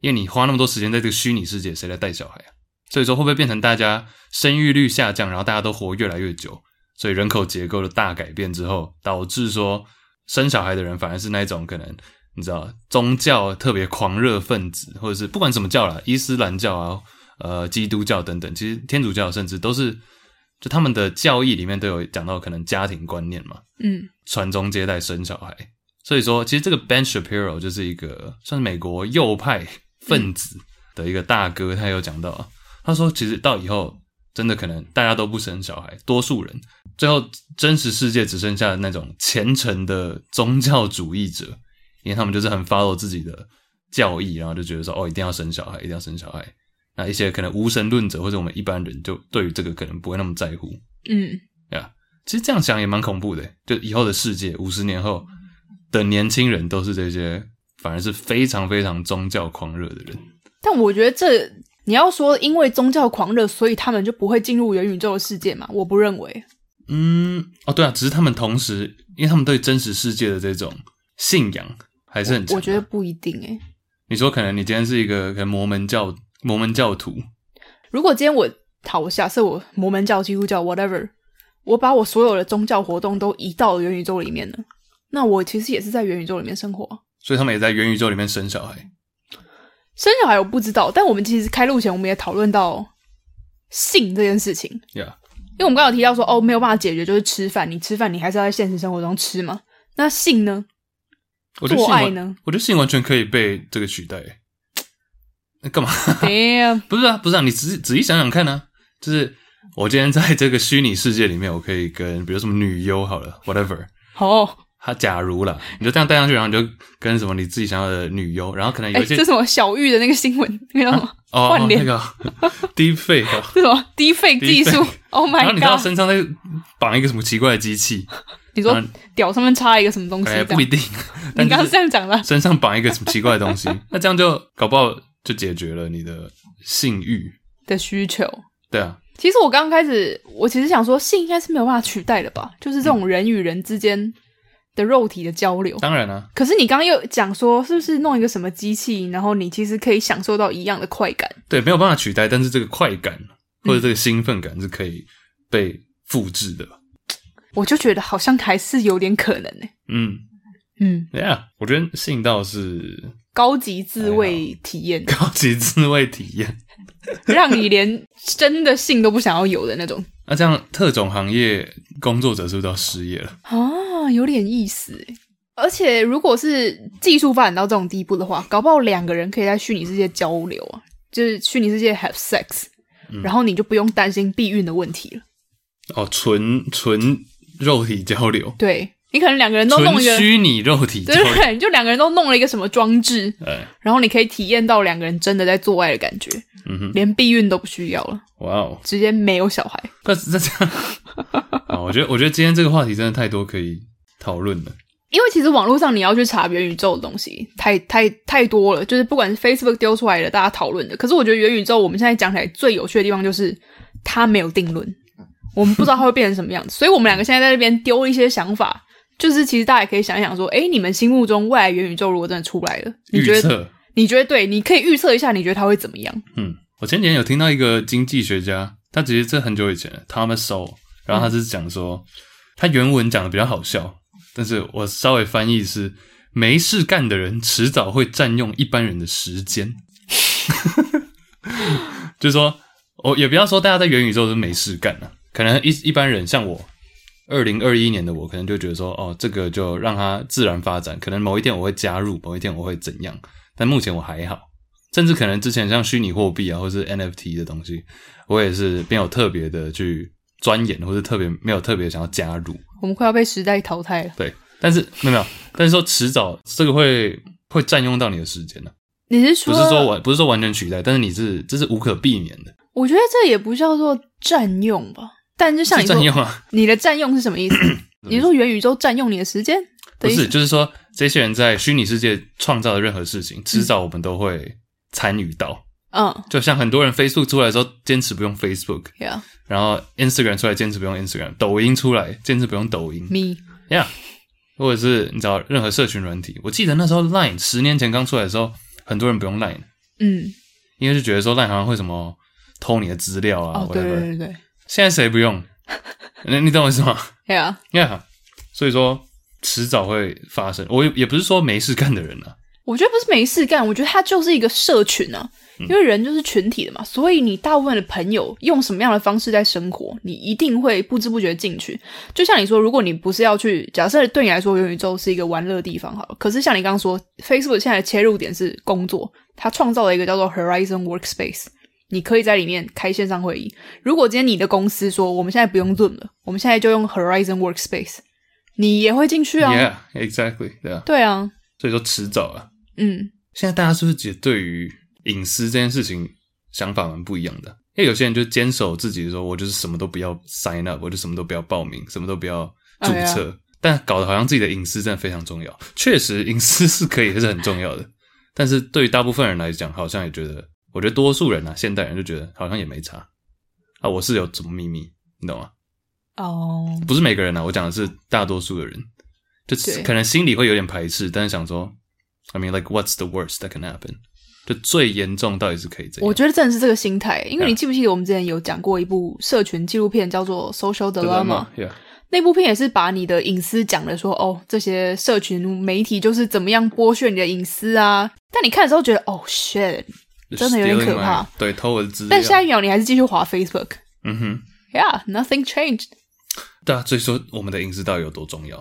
B: 因为你花那么多时间在这个虚拟世界，谁来带小孩啊？所以说会不会变成大家生育率下降，然后大家都活越来越久，所以人口结构的大改变之后，导致说生小孩的人反而是那种可能你知道宗教特别狂热分子，或者是不管什么教啦，伊斯兰教啊，呃，基督教等等，其实天主教甚至都是就他们的教义里面都有讲到可能家庭观念嘛，
C: 嗯
B: 传宗接代生小孩。所以说，其实这个 Ben Shapiro 就是一个算是美国右派分子的一个大哥，他有讲到啊，他说其实到以后真的可能大家都不生小孩，多数人最后真实世界只剩下那种虔诚的宗教主义者，因为他们就是很 follow 自己的教义，然后就觉得说哦一定要生小孩，一定要生小孩。那一些可能无神论者或者我们一般人就对于这个可能不会那么在乎，
C: 嗯，
B: 其实这样想也蛮恐怖的，就以后的世界，五十年后的年轻人都是这些，反而是非常非常宗教狂热的人。
C: 但我觉得这你要说因为宗教狂热，所以他们就不会进入元宇宙的世界嘛？我不认为，
B: 嗯，哦，对啊，只是他们同时，因为他们对真实世界的这种信仰还是很强
C: 我觉得不一定诶、
B: 你说可能你今天是一个可能摩门教摩门教徒，
C: 如果今天我好，我假设我摩门教、基督教 whatever，我把我所有的宗教活动都移到元宇宙里面了，那我其实也是在元宇宙里面生活啊。
B: 所以他们也在元宇宙里面生小孩。
C: 生小孩我不知道，但我们其实开录前我们也讨论到性这件事情，
B: Yeah，
C: 因为我们刚刚有提到说，哦，没有办法解决就是吃饭，你吃饭你还是要在现实生活中吃嘛。那 性呢？
B: 我觉得
C: 做
B: 性
C: 爱
B: 完
C: 呢
B: 我觉得性完全可以被这个取代。那干嘛？
C: Damn，
B: 不是啊，不是啊，你仔细仔细想想看啊，就是我今天在这个虚拟世界里面，我可以跟比如什么女优好了，whatever，
C: 好，
B: 她假如啦，你就这样戴上去，然后你就跟什么你自己想要的女优，然后可能有
C: 哎，
B: 一些、
C: 这什么小玉的那个新闻，那个叫什么？
B: 哦哦
C: 换
B: 那
C: 脸
B: 个低费哦，
C: 这什 么低费 技术
B: Deepfake
C: ？Oh
B: 然后
C: my
B: 你到
C: god！
B: 身上再绑一个什么奇怪的机器，
C: 你 说
B: 然后
C: 屌上面插一个什么东西？
B: 嗯哎、
C: 这
B: 不一
C: 样
B: 定，
C: 你
B: 但就
C: 刚刚
B: 是
C: 是这样讲的啊，
B: 身上绑一个什么奇怪的东西，那这样就搞不好就解决了你的性欲，
C: 的需求。
B: 对啊，
C: 其实我刚开始，我其实想说，性应该是没有办法取代的吧，就是这种人与人之间的肉体的交流。
B: 当然啊，
C: 可是你刚刚又讲说，是不是弄一个什么机器，然后你其实可以享受到一样的快感？
B: 对，没有办法取代，但是这个快感或
C: 嗯
B: 者这个兴奋感是可以被复制的。
C: 我就觉得好像还是有点可能欸呢、
B: 嗯，
C: 嗯，
B: 对啊，我觉得性道是，
C: 高级自慰体验
B: 高级滋味体验。
C: 让你连真的性都不想要有的那种
B: 那这样，特种行业工作者是不是都要失业了？
C: 啊，有点意思欸。而且如果是技术发展到这种地步的话，搞不好两个人可以在虚拟世界交流啊，就是虚拟世界 have sex，、然
B: 嗯
C: 后你就不用担心避孕的问题了。
B: 哦，纯纯肉体交流，
C: 对你可能两个人都弄
B: 纯
C: 一个，
B: 虚拟肉体交
C: 对
B: 流。
C: 对对，你就两个人都弄了一个什么装置，
B: 哎，
C: 然后你可以体验到两个人真的在做爱的感觉，
B: 嗯哼，
C: 连避孕都不需要了，
B: 哇哦，
C: 直接没有小孩。
B: 那那这样 啊，我觉得我觉得今天这个话题真的太多可以讨论了。
C: 因为其实网络上你要去查元宇宙的东西，太太太多了，就是不管是 Facebook 丢出来的，大家讨论的。可是我觉得元宇宙我们现在讲起来最有趣的地方就是它没有定论，
B: 嗯
C: 我们不知道它会变成什么样子，所以我们两个现在在那边丢一些想法，就是其实大家也可以想一想说，哎，你们心目中未来元宇宙如果真的出来了，你
B: 预
C: 觉得
B: 测，
C: 你觉得对？你可以预测一下，你觉得它会怎么样？
B: 嗯，我前几天有听到一个经济学家，他其实这很久以前了，Thomas Sowell，然后他是讲说，他原文讲的比较好笑，但是我稍微翻译是，没事干的人迟早会占用一般人的时间， 就是说，我也不要说大家在元宇宙都没事干了、可能一一般人像我。二零二一年的我可能就觉得说，哦，这个就让它自然发展，可能某一天我会加入，某一天我会怎样，但目前我还好。甚至可能之前像虚拟货币啊，或是 NFT 的东西，我也是没有特别的去钻研，或是特别没有特别想要加入。
C: 我们快要被时代淘汰了。
B: 对，但是没有没有，但是说迟早这个会会占用到你的时间的、
C: 你是说，
B: 不是说完不是说完全取代，但是你是这是无可避免的，
C: 我觉得这也不叫做占用吧？但就像
B: 是
C: 你说
B: 占，用啊，
C: 你的占用是什么 意思？你说元宇宙占用你的时间
B: 嗯不
C: 的意
B: 是，
C: 思？
B: 就是说这些人在虚拟世界创造的任何事情，迟早我们都会参与到。
C: 嗯
B: 就像很多人 Facebook 出来的时候，坚持不用 Facebook，
C: ，Yeah
B: 然后 Instagram 出来坚持不用 Instagram，抖音出来坚持不用抖音
C: me，
B: ，Yeah，或者是你知道任何社群软体，我记得那时候 Line 十年前刚出来的时候，很多人不用 Line，
C: 嗯，
B: 因为就觉得说 Line 好像会什么偷你的资料啊、
C: 哦，
B: w h a
C: 对
B: t e
C: 对
B: v e r
C: 对对
B: 现在谁不用？ 你你懂我意思吗
C: ，Yeah，
B: ？Yeah，所以说迟早会发生。我也也不是说没事干的人啊，
C: 我觉得不是没事干，我觉得它就是一个社群啊，因为人就是群体的嘛，所以你大部分的朋友用什么样的方式在生活，你一定会不知不觉进去。就像你说，如果你不是要去，假设对你来说元宇宙是一个玩乐的地方好了，可是像你刚刚说，Facebook 现在的切入点是工作，它创造了一个叫做 Horizon Workspace。你可以在里面开线上会议。如果今天你的公司说我们现在不用 Zoom 了，我们现在就用 Horizon Workspace，你也会进去啊。
B: Yeah，exactly，对啊，
C: 对啊，
B: 所以说迟早啊。
C: 嗯，
B: 现在大家是不是也对于隐私这件事情想法蛮不一样的？因为有些人就坚守自己说，我就是什么都不要 sign up，我就什么都不要报名，什么都不要注
C: 哎呀
B: 册，但搞得好像自己的隐私真的非常重要。确实，隐私是可以是很重要的， 但是对于大部分人来讲，好像也觉得，我觉得多数人啊，现代人就觉得好像也没差啊，我是有什么秘密，你懂吗？
C: 哦、
B: 不是每个人啊，我讲的是大多数的人，就
C: 对
B: 可能心里会有点排斥，但是想说，I mean like what's the worst that can happen？就最严重到底是可以怎样？
C: 我觉得真的是这个心态，因为
B: Yeah.
C: 你记不记得我们之前有讲过一部社群纪录片叫做《Social
B: 对吧
C: Dilemma》？
B: ？Yeah，
C: 那部片也是把你的隐私讲的说，哦，这些社群媒体就是怎么样剥削你的隐私啊。但你看的时候觉得，哦，shit！真的有点
B: Just stealing
C: 可怕
B: my- 对，偷我的资料。
C: 但下一秒你还是继续滑 Facebook，Yeah，nothing
B: 嗯哼，
C: changed。
B: 对啊，所以说我们的隐私到底有多重要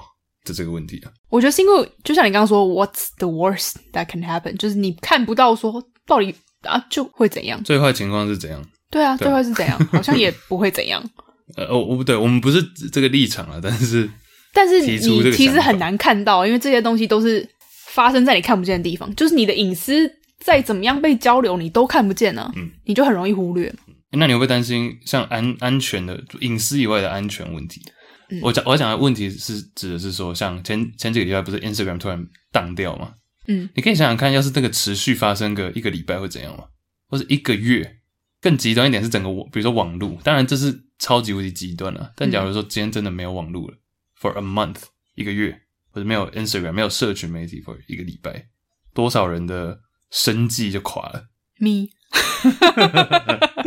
B: 的这个问题啊，
C: 我觉得是因为，就像你刚刚说，What's the worst that can happen？就是你看不到说到底啊就会怎样。
B: 最坏情况是怎样？
C: 对啊，
B: 对
C: 最后是怎样？好像也不会怎样。
B: 呃，哦，我不对，我们不是这个立场啊，但是
C: 但是
B: 提出这
C: 你
B: 个
C: 其
B: 想
C: 实
B: 法
C: 很难看到，因为这些东西都是发生在你看不见的地方，就是你的隐私再怎么样被交流，你都看不见呢、
B: 嗯
C: 你就很容易忽略。
B: 那你会不会担心像安安全的隐私以外的安全问题？我讲我讲的问题是指的是说，像前前几个礼拜不是 Instagram 突然当掉吗？
C: 嗯，
B: 你可以想想看，要是这个持续发生个一个礼拜会怎样吗？或是一个月？更极端一点是整个网，比如说网路，当然这是超级无敌极端了、但假如说今天真的没有网路了、f o r a month 一个月，或者没有 Instagram 没有社群媒体 for 一个礼拜，多少人的生计就垮了，
C: me，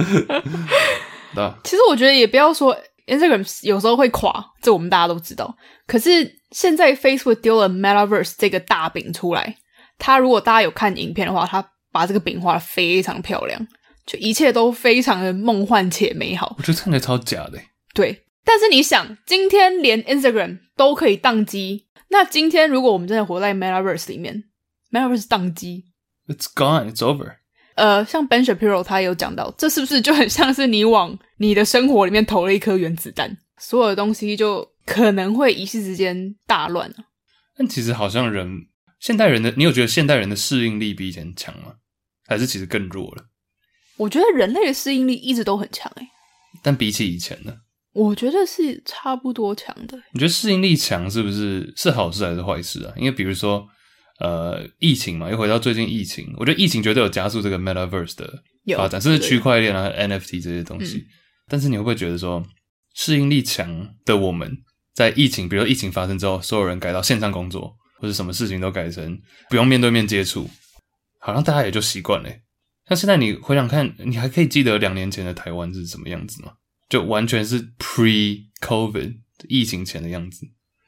B: 对吧？
C: 其实我觉得也不要说 Instagram 有时候会垮，这我们大家都知道。可是现在 Facebook 丢了 Metaverse 这个大饼出来，它如果大家有看影片的话，它把这个饼画的非常漂亮，就一切都非常的梦幻且美好。
B: 我觉得看起来超假的欸、
C: 对，但是你想，今天连 Instagram 都可以宕机，那今天如果我们真的活在 Metaverse 里面，Metaverse 宕机，
B: It's gone. It's over.
C: 呃，像 Ben Shapiro 他有讲到，这是不是就很像是你往你的生活里面投了一颗原子弹，所有的东西就可能会一夕之间大乱啊
B: 但其实好像人现代人的，你有觉得现代人的适应力比以前强吗？还是其实更弱了？
C: 我觉得人类的适应力一直都很强诶、
B: 但比起以前呢？
C: 我觉得是差不多强的。
B: 你觉得适应力强是不是是好事还是坏事啊？因为比如说，呃，疫情嘛，又回到最近疫情，我觉得疫情绝对有加速这个 Metaverse 的
C: 有
B: 发展，甚至
C: 对嗯
B: 区块链啊、NFT 这些东西。但是你会不会觉得说，适应力强的我们在疫情，比如说疫情发生之后，所有人改到线上工作，或者什么事情都改成不用面对面接触，好像大家也就习惯了欸。像现在你回想看，你还可以记得两年前的台湾是什么样子吗？就完全是 pre COVID 疫情前的样子，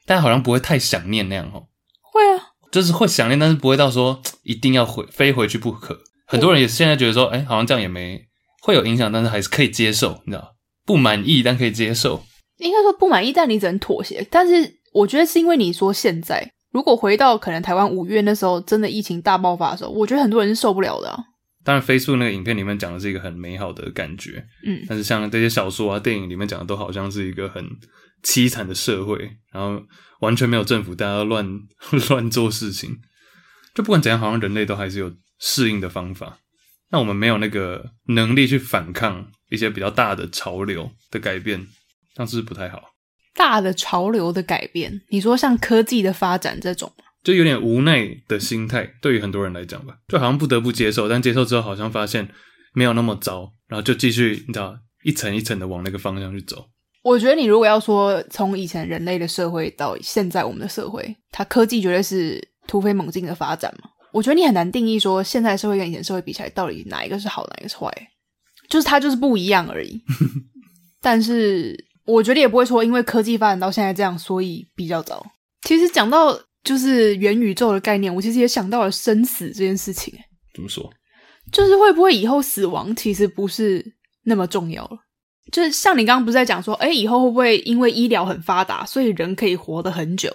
B: 大家好像不会太想念那样哦，
C: 会啊，
B: 就是会想念，但是不会到说一定要回飞回去不可。很多人也现在觉得说，哎、好像这样也没会有影响，但是还是可以接受，你知道，不满意但可以接受。
C: 应该说不满意，但你只能妥协。但是我觉得是因为你说现在，如果回到可能台湾五月那时候真的疫情大爆发的时候，我觉得很多人是受不了的啊、
B: 当然，飞速那个影片里面讲的是一个很美好的感觉，
C: 嗯，
B: 但是像这些小说啊、电影里面讲的，都好像是一个很凄惨的社会，然后完全没有政府，大家乱 乱做事情。就不管怎样，好像人类都还是有适应的方法。那我们没有那个能力去反抗一些比较大的潮流的改变，这样是不是不太好？
C: 大的潮流的改变，你说像科技的发展这种，
B: 就有点无奈的心态，对于很多人来讲吧，就好像不得不接受，但接受之后好像发现没有那么糟，然后就继续你知道一层一层的往那个方向去走。
C: 我觉得你如果要说从以前人类的社会到现在我们的社会，它科技绝对是突飞猛进的发展嘛。我觉得你很难定义说现在社会跟以前社会比起来，到底哪一个是好，哪一个是坏， 就是它就是不一样而已。但是我觉得也不会说因为科技发展到现在这样，所以比较糟。其实讲到就是元宇宙的概念，我其实也想到了生死这件事情，
B: 怎么说？
C: 嗯就是会不会以后死亡其实不是那么重要了？就是像你刚刚不是在讲说，哎，以后会不会因为医疗很发达，所以人可以活得很久，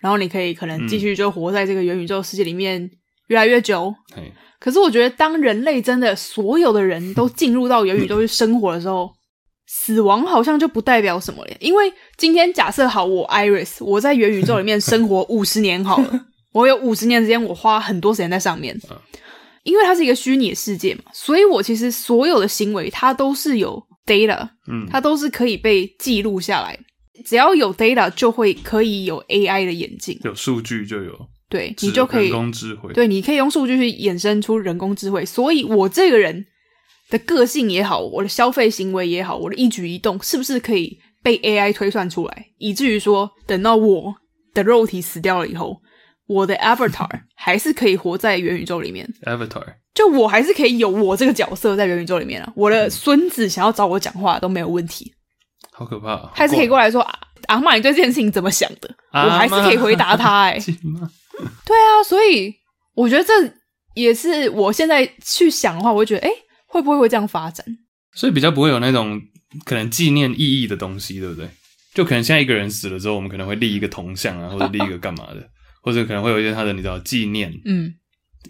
C: 然后你可以可能继续就活在这个元宇宙世界里面越来越久？
B: 嘿，
C: 可是我觉得，当人类真的所有的人都进入到元宇宙去生活的时候，死亡好像就不代表什么了。因为今天假设好，我 Iris 我在元宇宙里面生活五十年好了，我有五十年时间，我花很多时间在上面
B: 嗯，
C: 因为它是一个虚拟的世界嘛，所以我其实所有的行为它都是有 data，
B: 嗯，
C: 它都是可以被记录下来的。只要有 data 就会可以有 AI 的眼镜，
B: 有数据就有，
C: 对你就可以
B: 人工智慧，
C: 对，你可以用数据去衍生出人工智慧。所以我这个人的个性也好，我的消费行为也好，我的一举一动是不是可以被 AI 推算出来，以至于说等到我的肉体死掉了以后，我的 avatar 还是可以活在元宇宙里面，
B: Avatar，
C: 就我还是可以有我这个角色在元宇宙里面啊。我的孙子想要找我讲话都没有问题，
B: 好啊可怕、啊，
C: 他还是可以过来说。啊阿玛，你对这件事情怎么想的？我还是可以 回答他、哎，
B: 进吗？
C: 对啊，所以我觉得这也是我现在去想的话，我会觉得，哎、会不会会这样发展？
B: 所以比较不会有那种可能纪念意义的东西，对不对？就可能现在一个人死了之后，我们可能会立一个铜像 啊，或者立一个干嘛的，或者可能会有一些他的你知道纪念。
C: 嗯，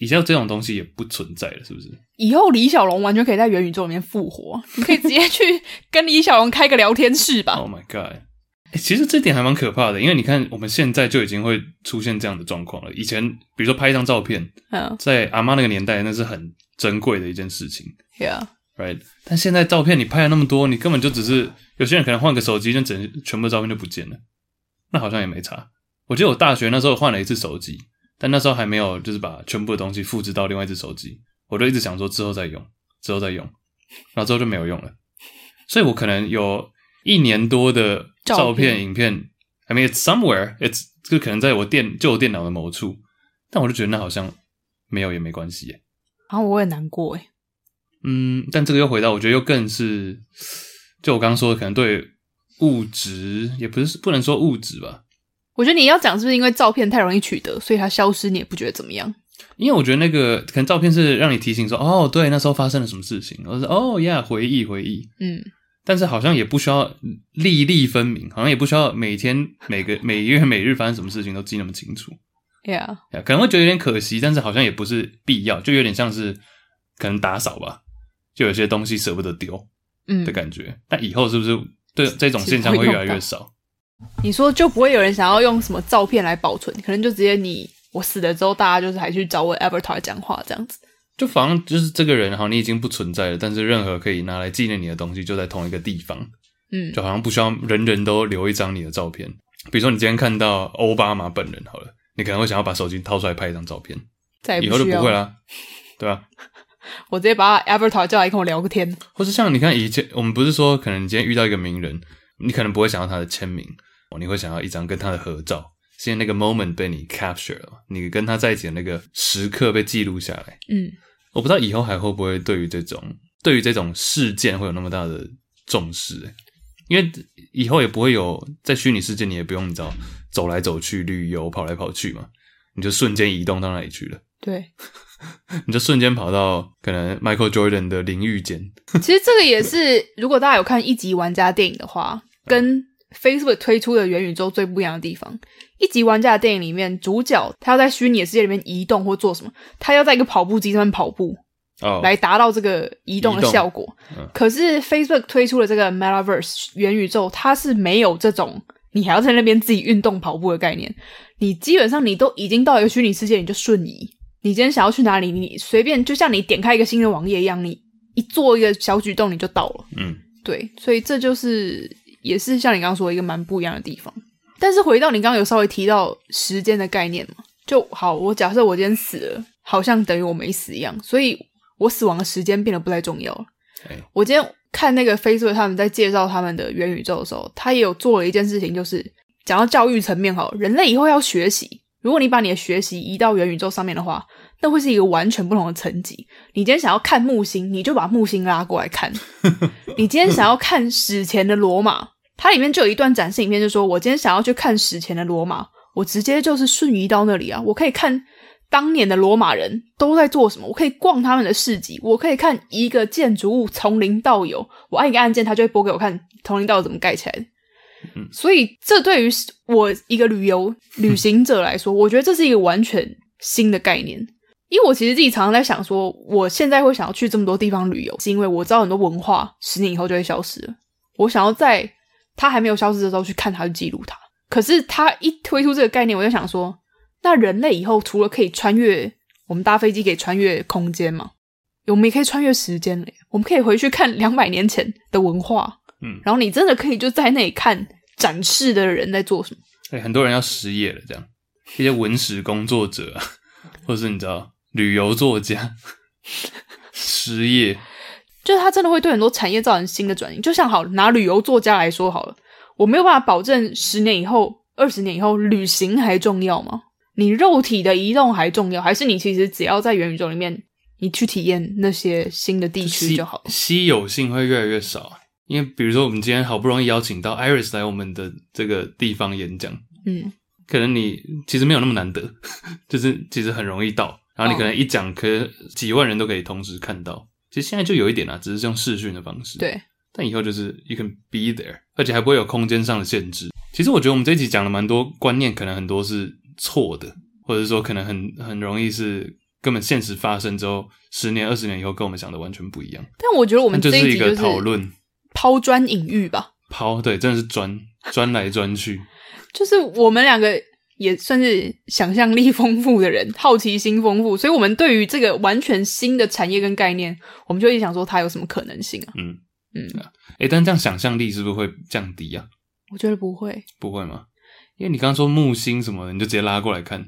B: 以前这种东西也不存在了，是不是？
C: 以后李小龙完全可以在元宇宙里面复活，你可以直接去跟李小龙开个聊天室吧。
B: Oh my god！、欸、其实这点还蛮可怕的，因为你看我们现在就已经会出现这样的状况了。以前比如说拍一张照片，
C: 嗯
B: 在阿妈那个年代，那是很珍贵的一件事情
C: ，Yeah，
B: ，right？但现在照片你拍了那么多，你根本就只是有些人可能换个手机，就整全部的照片就不见了，那好像也没差。我记得我大学那时候换了一次手机，但那时候还没有就是把全部的东西复制到另外一只手机，我就一直想说之后再用，之后再用，然后之后就没有用了。所以我可能有一年多的照
C: 照片
B: 片、影片，I mean it's somewhere, it's 就可能在我电就我电脑的某处，但我就觉得那好像没有也没关系耶。
C: 然后我很难过哎，
B: 嗯，但这个又回到，我觉得又更是，就我刚刚说的，可能对物质也不是不能说物质吧，
C: 我觉得你要讲是不是因为照片太容易取得，所以它消失你也不觉得怎么样？
B: 因为我觉得那个可能照片是让你提醒说，哦，对，那时候发生了什么事情，我是哦呀，回忆回忆，
C: 嗯，
B: 但是好像也不需要粒粒分明，好像也不需要每天每个每月每日发生什么事情都记那么清楚，
C: ，Yeah，
B: 哎呀可能会觉得有点可惜，但是好像也不是必要，就有点像是可能打扫吧，就有些东西舍不得丢，
C: 嗯
B: 的，感觉。那以后是不是对这种现象会越来越少？
C: 你说就不会有人想要用什么照片来保存，可能就直接你我死了之后，大家就是还去找我 avatar 讲话这样子。
B: 就反正就是这个人，好像你已经不存在了，但是任何可以拿来纪念你的东西就在同一个地方，
C: 嗯
B: 就好像不需要人人都留一张你的照片。比如说你今天看到奥巴马本人好了，你可能会想要把手机掏出来拍一张照片，
C: 再也
B: 以后就
C: 需
B: 不
C: 要
B: 会
C: 了
B: 啦，对吧、
C: 我直接把 Avatar 叫来跟我聊个天。
B: 或是像你看以前，我们不是说可能你今天遇到一个名人，你可能不会想要他的签名，哦你会想要一张跟他的合照，是因为那个 moment 被你 capture 了嘛，你跟他在一起的那个时刻被记录下来。
C: 嗯，
B: 我不知道以后还会不会对于这种对于这种事件会有那么大的重视、欸因为以后也不会有在虚拟世界，你也不用你知道走来走去、旅游、跑来跑去嘛，你就瞬间移动到那里去了，
C: 对，
B: 你就瞬间跑到可能 Michael Jordan 的淋浴间，
C: 其实这个也是，如果大家有看一级玩家电影的话，跟 Facebook 推出的元宇宙最不一样的地方。一级玩家的电影里面，主角他要在虚拟的世界里面移动或做什么，他要在一个跑步机上面跑步，
B: 哦，
C: 来达到这个移动的效果。
B: 嗯
C: 可是 Facebook 推出了这个 Metaverse 元宇宙，它是没有这种你还要在那边自己运动跑步的概念。你基本上你都已经到一个虚拟世界，你就瞬移。你今天想要去哪里，你随便就像你点开一个新的网页一样，你一做一个小举动你就到了。
B: 嗯，
C: 对，所以这就是也是像你刚刚说的一个蛮不一样的地方。但是回到你刚刚有稍微提到时间的概念嘛，就好，我假设我今天死了，好像等于我没死一样，所以我死亡的时间变得不太重要了。
B: 哎
C: 我今天看那个 Facebook 他们在介绍他们的元宇宙的时候，他也有做了一件事情，就是讲到教育层面好了，人类以后要学习，如果你把你的学习移到元宇宙上面的话，那会是一个完全不同的层级。你今天想要看木星，你就把木星拉过来看；你今天想要看史前的罗马，它里面就有一段展示影片，就说我今天想要去看史前的罗马，我直接就是瞬移到那里啊，我可以看。当年的罗马人都在做什么？我可以逛他们的市集，我可以看一个建筑物从零到有，我按一个按键，它就会播给我看从零到有怎么盖起来的。所以这对于我一个旅游旅行者来说，我觉得这是一个完全新的概念。因为我其实自己常常在想说，我现在会想要去这么多地方旅游，是因为我知道很多文化十年以后就会消失了。我想要在它还没有消失的时候去看它、去记录它。可是它一推出这个概念，我就想说，那人类以后除了可以穿越，我们搭飞机可以穿越空间嘛？我们也可以穿越时间嘞，我们可以回去看两百年前的文化，
B: 嗯
C: 然后你真的可以就在那里看展示的人在做什么。
B: 哎、很多人要失业了，这样一些文史工作者啊，或是你知道旅游作家失业，
C: 就是它真的会对很多产业造成新的转移。就像好拿旅游作家来说好了，我没有办法保证十年以后、二十年以后旅行还重要吗？你肉体的移动还重要，还是你其实只要在元宇宙里面，你去体验那些新的地区
B: 稀
C: 就好了？
B: 稀有性会越来越少啊。因为比如说，我们今天好不容易邀请到 Iris 来我们的这个地方演讲，
C: 嗯，
B: 可能你其实没有那么难得，就是其实很容易到，然后
C: 哦
B: 你可能一讲，可能几万人都可以同时看到。其实现在就有一点啦、只是用视讯的方式。
C: 对，
B: 但以后就是 you can be there，而且还不会有空间上的限制。其实我觉得我们这一集讲了蛮多观念，可能很多是错的，或者说可能很很容易是根本现实发生之后，十年二十年以后跟我们想的完全不一样。
C: 但我觉得我
B: 那
C: 们这
B: 就是
C: 一
B: 一
C: 集就
B: 个
C: 是
B: 讨论
C: 抛砖引玉吧，
B: 抛，对，真的是钻钻来钻去。
C: 就是我们两个也算是想象力丰富的人，好奇心丰富，所以我们对于这个完全新的产业跟概念，我们就一直想说它有什么可能性啊？
B: 嗯
C: 嗯，
B: 诶，但这样想象力是不是会降低啊？
C: 我觉得不会。
B: 不会吗？因为你刚刚说木星什么的，你就直接拉过来看。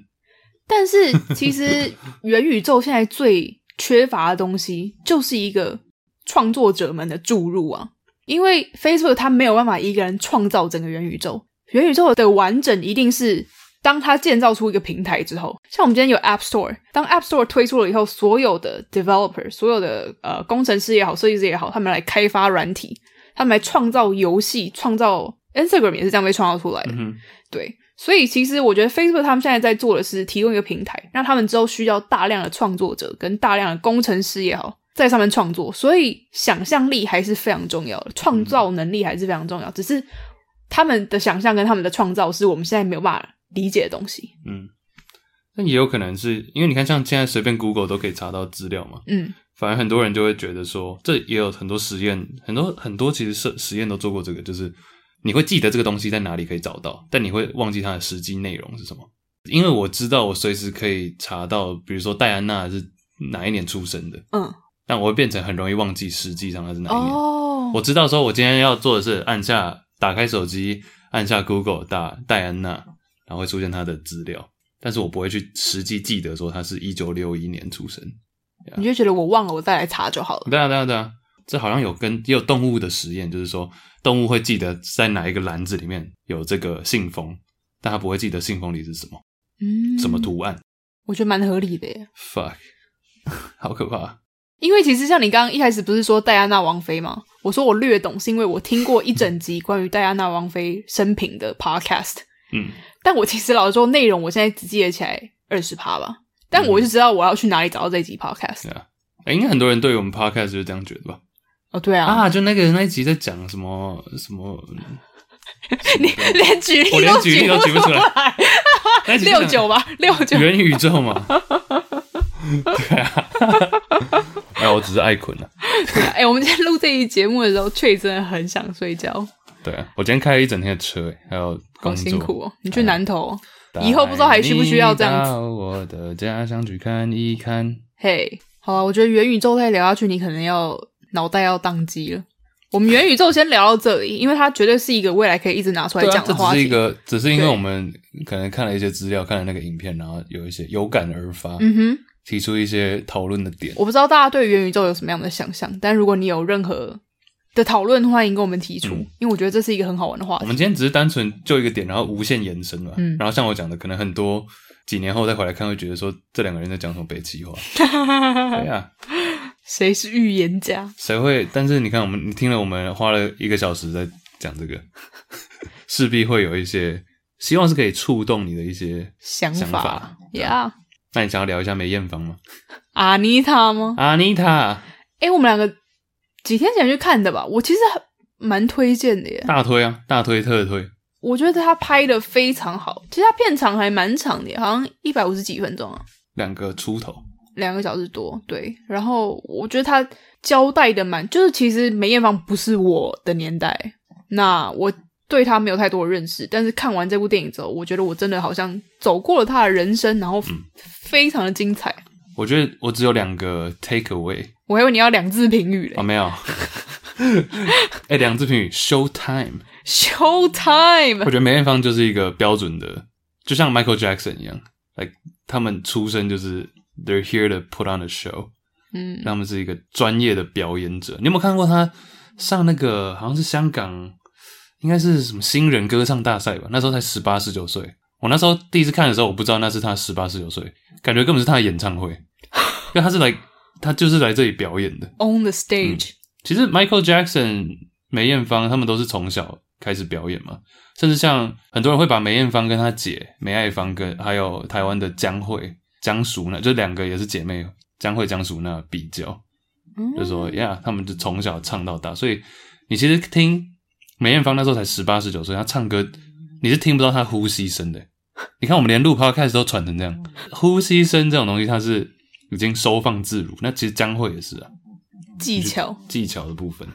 C: 但是其实元宇宙现在最缺乏的东西，就是一个创作者们的注入啊。因为 Facebook 它没有办法一个人创造整个元宇宙，元宇宙的完整一定是当它建造出一个平台之后，像我们今天有 App Store，当 App Store 推出了以后，所有的 developer、所有的呃工程师也好、设计师也好，他们来开发软体，他们来创造游戏，创造 Instagram 也是这样被创造出来的。
B: 嗯哼，
C: 对，所以其实我觉得 Facebook 他们现在在做的是提供一个平台，让他们之后需要大量的创作者跟大量的工程师也好，在上面创作，所以想象力还是非常重要的，创造
B: 嗯
C: 能力还是非常重要。只是他们的想象跟他们的创造是我们现在没有办法理解的东西。
B: 嗯，但也有可能是因为你看，像现在随便 Google 都可以查到资料嘛。
C: 嗯，
B: 反而很多人就会觉得说，这也有很多实验，很多很多其实实实验都做过这个，就是你会记得这个东西在哪里可以找到，但你会忘记它的实际内容是什么。因为我知道我随时可以查到，比如说戴安娜是哪一年出生的，
C: 嗯，
B: 但我会变成很容易忘记实际上它是哪一年。
C: 哦
B: 哎我知道说我今天要做的是按下打开手机，按下 Google 打戴安娜，然后会出现她的资料，但是我不会去实际记得说她是一九六一年出生。
C: 你就觉得我忘了，我再来查就好了。
B: 对啊，对啊，对啊，这好像有跟也有动物的实验，就是说动物会记得在哪一个篮子里面有这个信封，但它不会记得信封里是什么
C: 嗯，
B: 什么？图案。
C: 我觉得蛮合理的耶。
B: Fuck，好可怕！
C: 因为其实像你刚刚一开始不是说戴安娜王妃吗？我说我略懂，是因为我听过一整集关于戴安娜王妃生平的 podcast。
B: 嗯，
C: 但我其实老实说，内容我现在只记得起来二十趴吧，但我就知道我要去哪里找到这一集 podcast。
B: 对啊，诶应该很多人对我们 podcast 就是这样觉得吧？
C: 哦，对啊，
B: 啊，就那个那一集在讲什么什 么，
C: 你连举例
B: 嗯我连
C: 都
B: 举例都举
C: 不
B: 不出来
C: 来，
B: 那一集在讲
C: 六 九吧，六九。
B: 元宇宙嘛。对啊，哎，我只是爱困了、
C: 哎、我们在录这一节目的时候，确实真的很想睡觉，
B: 对啊，我今天开了一整天的车、欸，还有
C: 好
B: 工作，
C: 辛苦哦。你去南投哦，以后不知道还需不需要这样子
B: 带你到我的家乡去看一看。
C: 嘿，好啊，我觉得元宇宙再聊下去，你可能要脑袋要宕机了。我们元宇宙先聊到这里，因为它绝对是一个未来可以一直拿出来
B: 对啊，
C: 讲
B: 这
C: 的
B: 只
C: 话
B: 是一
C: 题。
B: 个，只是因为
C: 对
B: 我们可能看了一些资料，看了那个影片，然后有一些有感而发，
C: 嗯哼，
B: 提出一些讨论的点。
C: 我不知道大家对元宇宙有什么样的想象，但如果你有任何的讨论，欢迎跟我们提出，
B: 嗯
C: 因为我觉得这是一个很好玩的话
B: 我
C: 题。
B: 们今天只是单纯就一个点，然后无限延伸嘛。
C: 嗯
B: 然后像我讲的，可能很多几年后再回来看，会觉得说这两个人在讲什么北气 话。对呀、
C: 谁是预言家？
B: 谁会？但是你看，我们你听了，我们花了一个小时在讲 这个，势必会有一些希望是可以触动你的一些。
C: 想
B: 想
C: 法
B: 法啊
C: 呀，
B: 那你想要聊一下梅艳芳吗？
C: 阿妮塔吗？
B: 阿妮塔
C: 哎、我们两个几天前去看的吧，我其实很蛮推荐的耶，
B: 大推啊，大推特推。
C: 我觉得他拍的非常好，其实他片长还蛮长的耶，好像一百五十几分钟啊。
B: 两个出头，
C: 两个小时多，对。然后我觉得他交代的蛮，就是其实梅艳芳不是我的年代，那我对她没有太多的认识。但是看完这部电影之后，我觉得我真的好像走过了她的人生，然后
B: 嗯
C: 非常的精彩。
B: 我觉得我只有两个 take away
C: 我还以为你要两字评语嘞、
B: 啊，没有。 哎、两字评语 show time。
C: show time，
B: 我觉得梅艳芳就是一个标准的，就像 Michael Jackson 一样，like 他们出生就是 they're here to put on a show，
C: 嗯，
B: 他们是一个专业的表演者。你有没有看过他上那个好像是香港，应该是什么新人歌唱大赛吧？那时候才十八十九岁。我那时候第一次看的时候，我不知道那是他十八十九岁，感觉根本是他的演唱会，因为他是来他就是来这里表演的。
C: on the stage，、
B: 其实 Michael Jackson、梅艳芳他们都是从小开始表演嘛，甚至像很多人会把梅艳芳跟她姐梅爱芳跟还有台湾的江蕙、江淑娜，就两个也是姐妹，哦江蕙、江淑娜比较，
C: 嗯
B: 就说呀，他们就从小唱到大，所以你其实听梅艳芳那时候才十八十九岁，她唱歌你是听不到她呼吸声的。你看我们连录 podcast 都喘成这样，呼吸声这种东西它是已经收放自如，那其实江蕙也是啊，
C: 技巧。
B: 技巧的部分。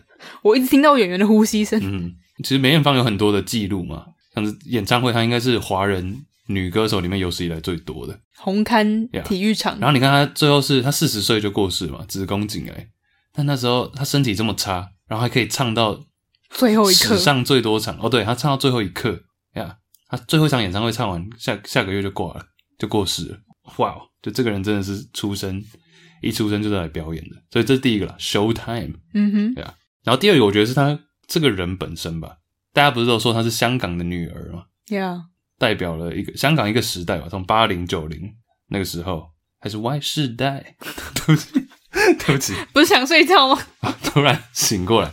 C: 我一直听到演员的呼吸声，
B: 嗯，其实梅艳芳有很多的记录嘛，像是演唱会，她应该是华人女歌手里面有史以来最多的。
C: 红磡
B: Yeah
C: 体育场
B: 然后你看她最后是她四十岁就过世嘛，子宫颈癌，但那时候她身体这么差，然后还可以唱到
C: 最后一刻
B: 史，上最多场哦，对，她唱到最后一刻呀，她最后一场演唱会唱完，下下个月就挂了，就过世了。哇哦，就这个人真的是出生一出生就是来表演的，所以这是第一个啦，show time。
C: 嗯哼，
B: 对啊。然后第二个，我觉得是他这个人本身吧，大家不是都说她是香港的女儿嘛，
C: 呀、
B: 代表了一个香港一个时代吧，从八零九零那个时候还是 Y 世代， 对不起，对不起，
C: yeah.，不是想睡觉吗？
B: 啊， 突然醒过来，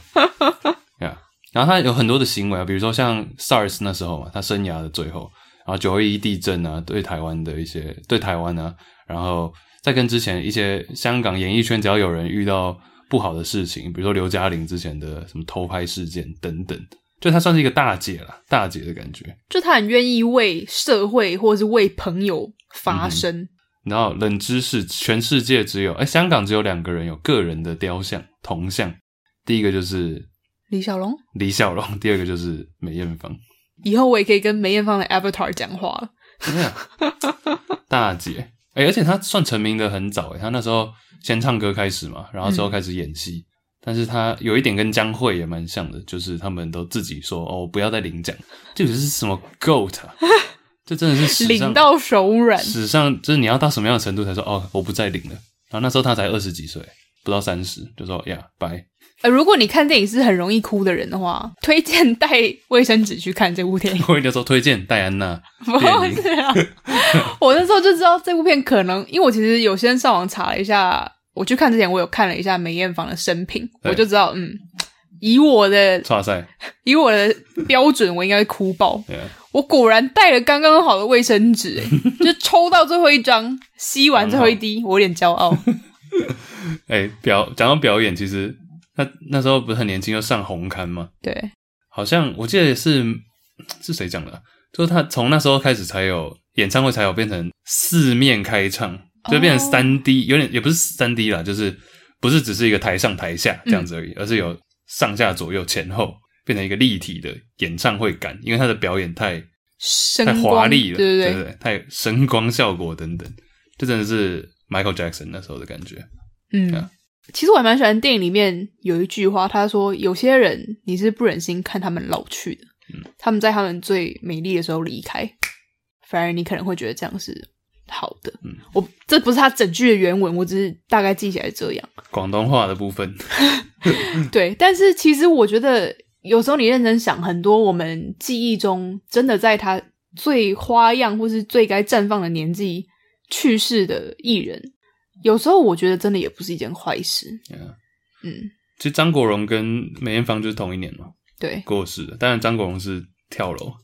B: 对啊。然后他有很多的行为啊，比如说像 SARS 那时候嘛，他生涯的最后，然后九二一地震啊，对台湾的一些对台湾啊，然后再跟之前一些香港演艺圈，只要有人遇到不好的事情，比如说刘嘉玲之前的什么偷拍事件等等，就她算是一个大姐啦，大姐的感觉。
C: 就他很愿意为社会或是为朋友发声。
B: 然后冷知识，全世界只有哎，香港只有两个人有个人的雕像铜像，第一个就是
C: 李小龙，
B: 李小龙，第二个就是梅艳芳。
C: 以后我也可以跟梅艳芳的 Avatar 讲话了。
B: 对啊 大姐，哎、而且她算成名的很早、欸，她那时候先唱歌开始嘛，然后之后开始演戏。
C: 嗯
B: 但是她有一点跟江蕙也蛮像的，就是他们都自己说哦，不要再领奖，这个是什么 goat，、啊、 这真的是史上
C: 领到手软，
B: 史上就是你要到什么样的程度才说哦，我不再领了。然后那时候她才二十几岁，不到三十，就说呀，拜。。
C: 呃，如果你看电影是很容易哭的人的话，推荐带卫生纸去看这部 电影
B: 我那时候推荐戴安娜，
C: 不是啊，我那时候就知道这部片可能，因为我其实有先上网查了一下，我去看之前我有看了一下梅艳芳的生平，
B: 对
C: 我就知道，嗯，以我的
B: 哇塞，
C: 以我的标准，我应该会哭爆。
B: 对啊，
C: 我果然带了刚刚好的卫 生纸，哎，就抽到最后一张，吸完最后一滴，我有点骄 傲。
B: 哎、表讲到表演，其实那那时候不是很年轻就上红刊吗？
C: 对，
B: 好像我记得是是谁讲的啊、就是他从那时候开始才有演唱会，才有变成四面开唱，就变成
C: 哦
B: 三 D，、有点也不是三 D 啦，就是不不是只是一个台上台下这样
C: 嗯
B: 子而已，而是有上下左右前后，变成一个立体的演唱会感，因为他的表演太
C: 声
B: 太
C: 光
B: 华丽了，
C: 对
B: 对
C: 对
B: 不
C: 对，
B: 对？太声光效果等等，这真的是 Michael Jackson 那时候的感觉。对
C: 嗯
B: 啊。
C: 其实我还蛮喜欢电影里面有一句话，他说：“有些人你是不忍心看他们老去的，
B: 嗯
C: 他们在他们最美丽的时候离开，反而你可能会觉得这样是好的。
B: 嗯
C: 我这不是他整句的原文，我只是大概记起来这样。
B: 广东话的部分，
C: 对，但是其实我觉得有时候你认真想，很多我们记忆中真的在他最花样或是最该绽放的年纪去世的艺人，有时候我觉得真的也不是一件坏事。
B: 嗯
C: 嗯，
B: 其实张国荣跟梅艳芳就是同一年嘛
C: 对，
B: 过世的，当然张国荣是跳楼，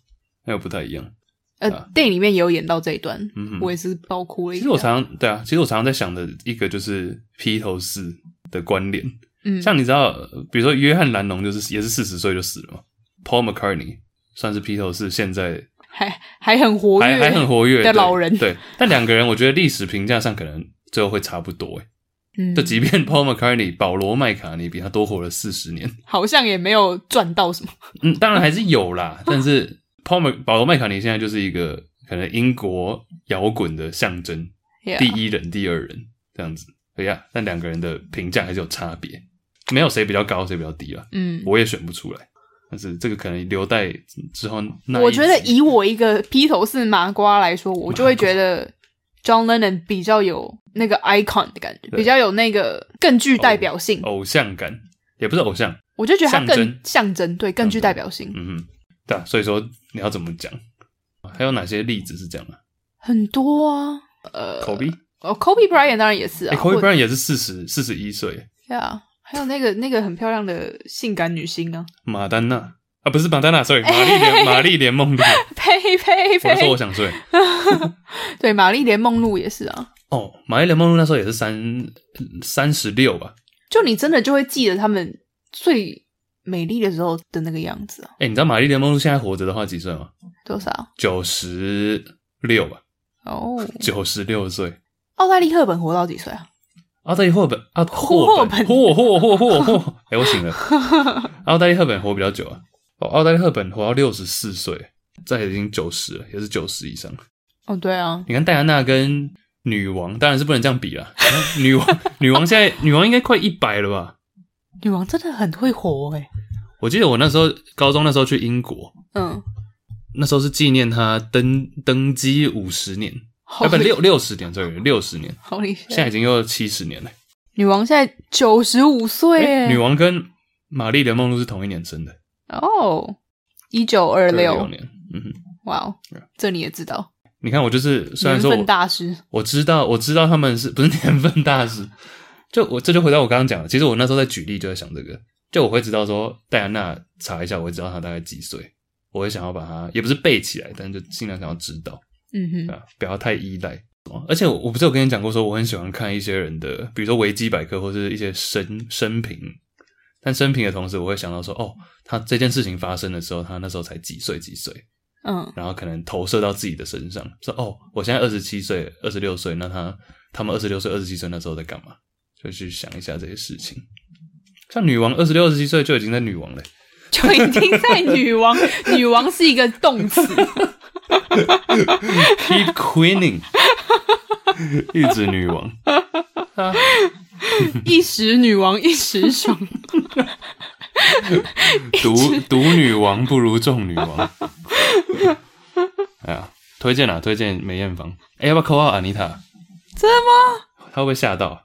B: 那又不太一样。
C: 呃，
B: 啊
C: 电影里面也有演到这一段，
B: 嗯哼
C: 我也是爆哭了一
B: 其
C: 下。
B: 实我常常对啊，其实我常常在想的一个就是披头士的关联，
C: 嗯，
B: 像你知道，呃比如说约翰·兰农就是也是四十岁就死了嘛，Paul McCartney 算是披头士现在
C: 还还很活跃，欸
B: 还还很活跃对
C: 的老人
B: 对，但两个人我觉得历史评价上可能最后会差不多诶，欸
C: 嗯，
B: 就即便 Paul McCartney 保罗·麦卡尼比他多活了四十年，
C: 好像也没有赚到什么。
B: 嗯，当然还是有啦， 但是 Paul Mc 保罗·麦卡尼现在就是一个可能英国摇滚的象征，
C: Yeah
B: 第一人、第二人这样子。对呀，但两个人的评价还是有差别，没有谁比较高，谁比较低啦。
C: 嗯，
B: 我也选不出来。但是这个可能留待之后那一集
C: 我觉得以我一个披头士麻瓜来说，我就会 觉得 John Lennon 比较有那个 icon 的感觉，
B: 对
C: 比较有那个更具代表性。
B: 偶像感也不是偶像，
C: 我就觉得他
B: 象
C: 更
B: 征
C: 象征，对，更具
B: 象征
C: 代表性。
B: 嗯哼，对啊，所以说你要怎么讲？还有哪些例子是这样啊
C: 很多啊，
B: ？Kobe，
C: 哦，Kobe Bryant 当然也是啊
B: 哎，Kobe
C: 或
B: Bryant 也是四十四十一岁，
C: 对啊，还有那个那个很漂亮的性感女星 啊，
B: 马丹娜啊，不是马丹娜，sorry，玛 丽莲玛丽莲 梦露，
C: 呸呸
B: 我说我
C: 呸！
B: 想睡。
C: 对，玛丽莲梦露也是啊。
B: 哦，玛丽莲梦露那时候也是三三十六吧？
C: 就你真的就会记得他们最美丽的时候的那个样子啊，
B: 哎，你知道玛丽莲梦露现在活着的话几岁吗？
C: 多少？
B: 九十六吧，
C: 哦，
B: 九十六岁。
C: 奥黛丽·赫本活到几岁啊？
B: 奥黛丽·赫本 啊，
C: 霍
B: 霍
C: 本
B: 本，霍霍霍霍 霍，哎、我醒了。奥黛丽·赫本活比较久啊，哦，奥黛丽·赫本活到六十四岁，这已经九十了，也是九十以上。
C: 哦，对啊，
B: 你看戴安娜跟女王，当然是不能这样比啦。女王， 女王现在，女王应该快一百了吧？
C: 女王真的很会活哎、
B: 我记得我那时候高中那时候去英国，
C: 嗯，
B: 那时候是纪念她登登基五十年，
C: 好
B: 啊不六六十年，sorry，六十年，
C: 好厉
B: 现在
C: 害。
B: 已经又七十年了。
C: 女王现在九十五岁
B: 诶
C: 哎，
B: 女王跟玛丽莲梦露是同一年生的，
C: 哦，一九二
B: 六
C: 六，
B: 年，嗯哼。
C: 哇哦，这你也知道，
B: 你看，我就是虽然
C: 缘
B: 说
C: 分
B: 我
C: 大师，
B: 我知道我知道他们是不是年份大师，就我这就回到我刚刚讲的，其实我那时候在举例就在想这个，就我会知道说戴安娜查一下，我会知道她大概几岁，我会想要把她也不是背起来，但是就尽量想要知道
C: 嗯哼，
B: 啊，不要太依赖。哦而且我我不是有跟你讲过说我很喜欢看一些人的，比如说维基百科或是一些生生平，但生平的同时，我会想到说哦，他这件事情发生的时候，他那时候才几岁几岁，
C: 嗯
B: 然后可能投射到自己的身上，说哦，我现在二十七岁、二十六岁，那他他们二十六岁、二十七岁那时候在干嘛？就去想一下这些事情。像女王二十六、二十七岁就已经在女王了，
C: 就已经在女 王，女王是一个动词，
B: ，keep queening，一直女王。
C: 一时女王一时爽，
B: 独独女王不如众女王。哎呀，推荐啊，推荐梅艳芳。哎、要不要扣号安妮塔？
C: 真的吗？
B: 她会不会吓到？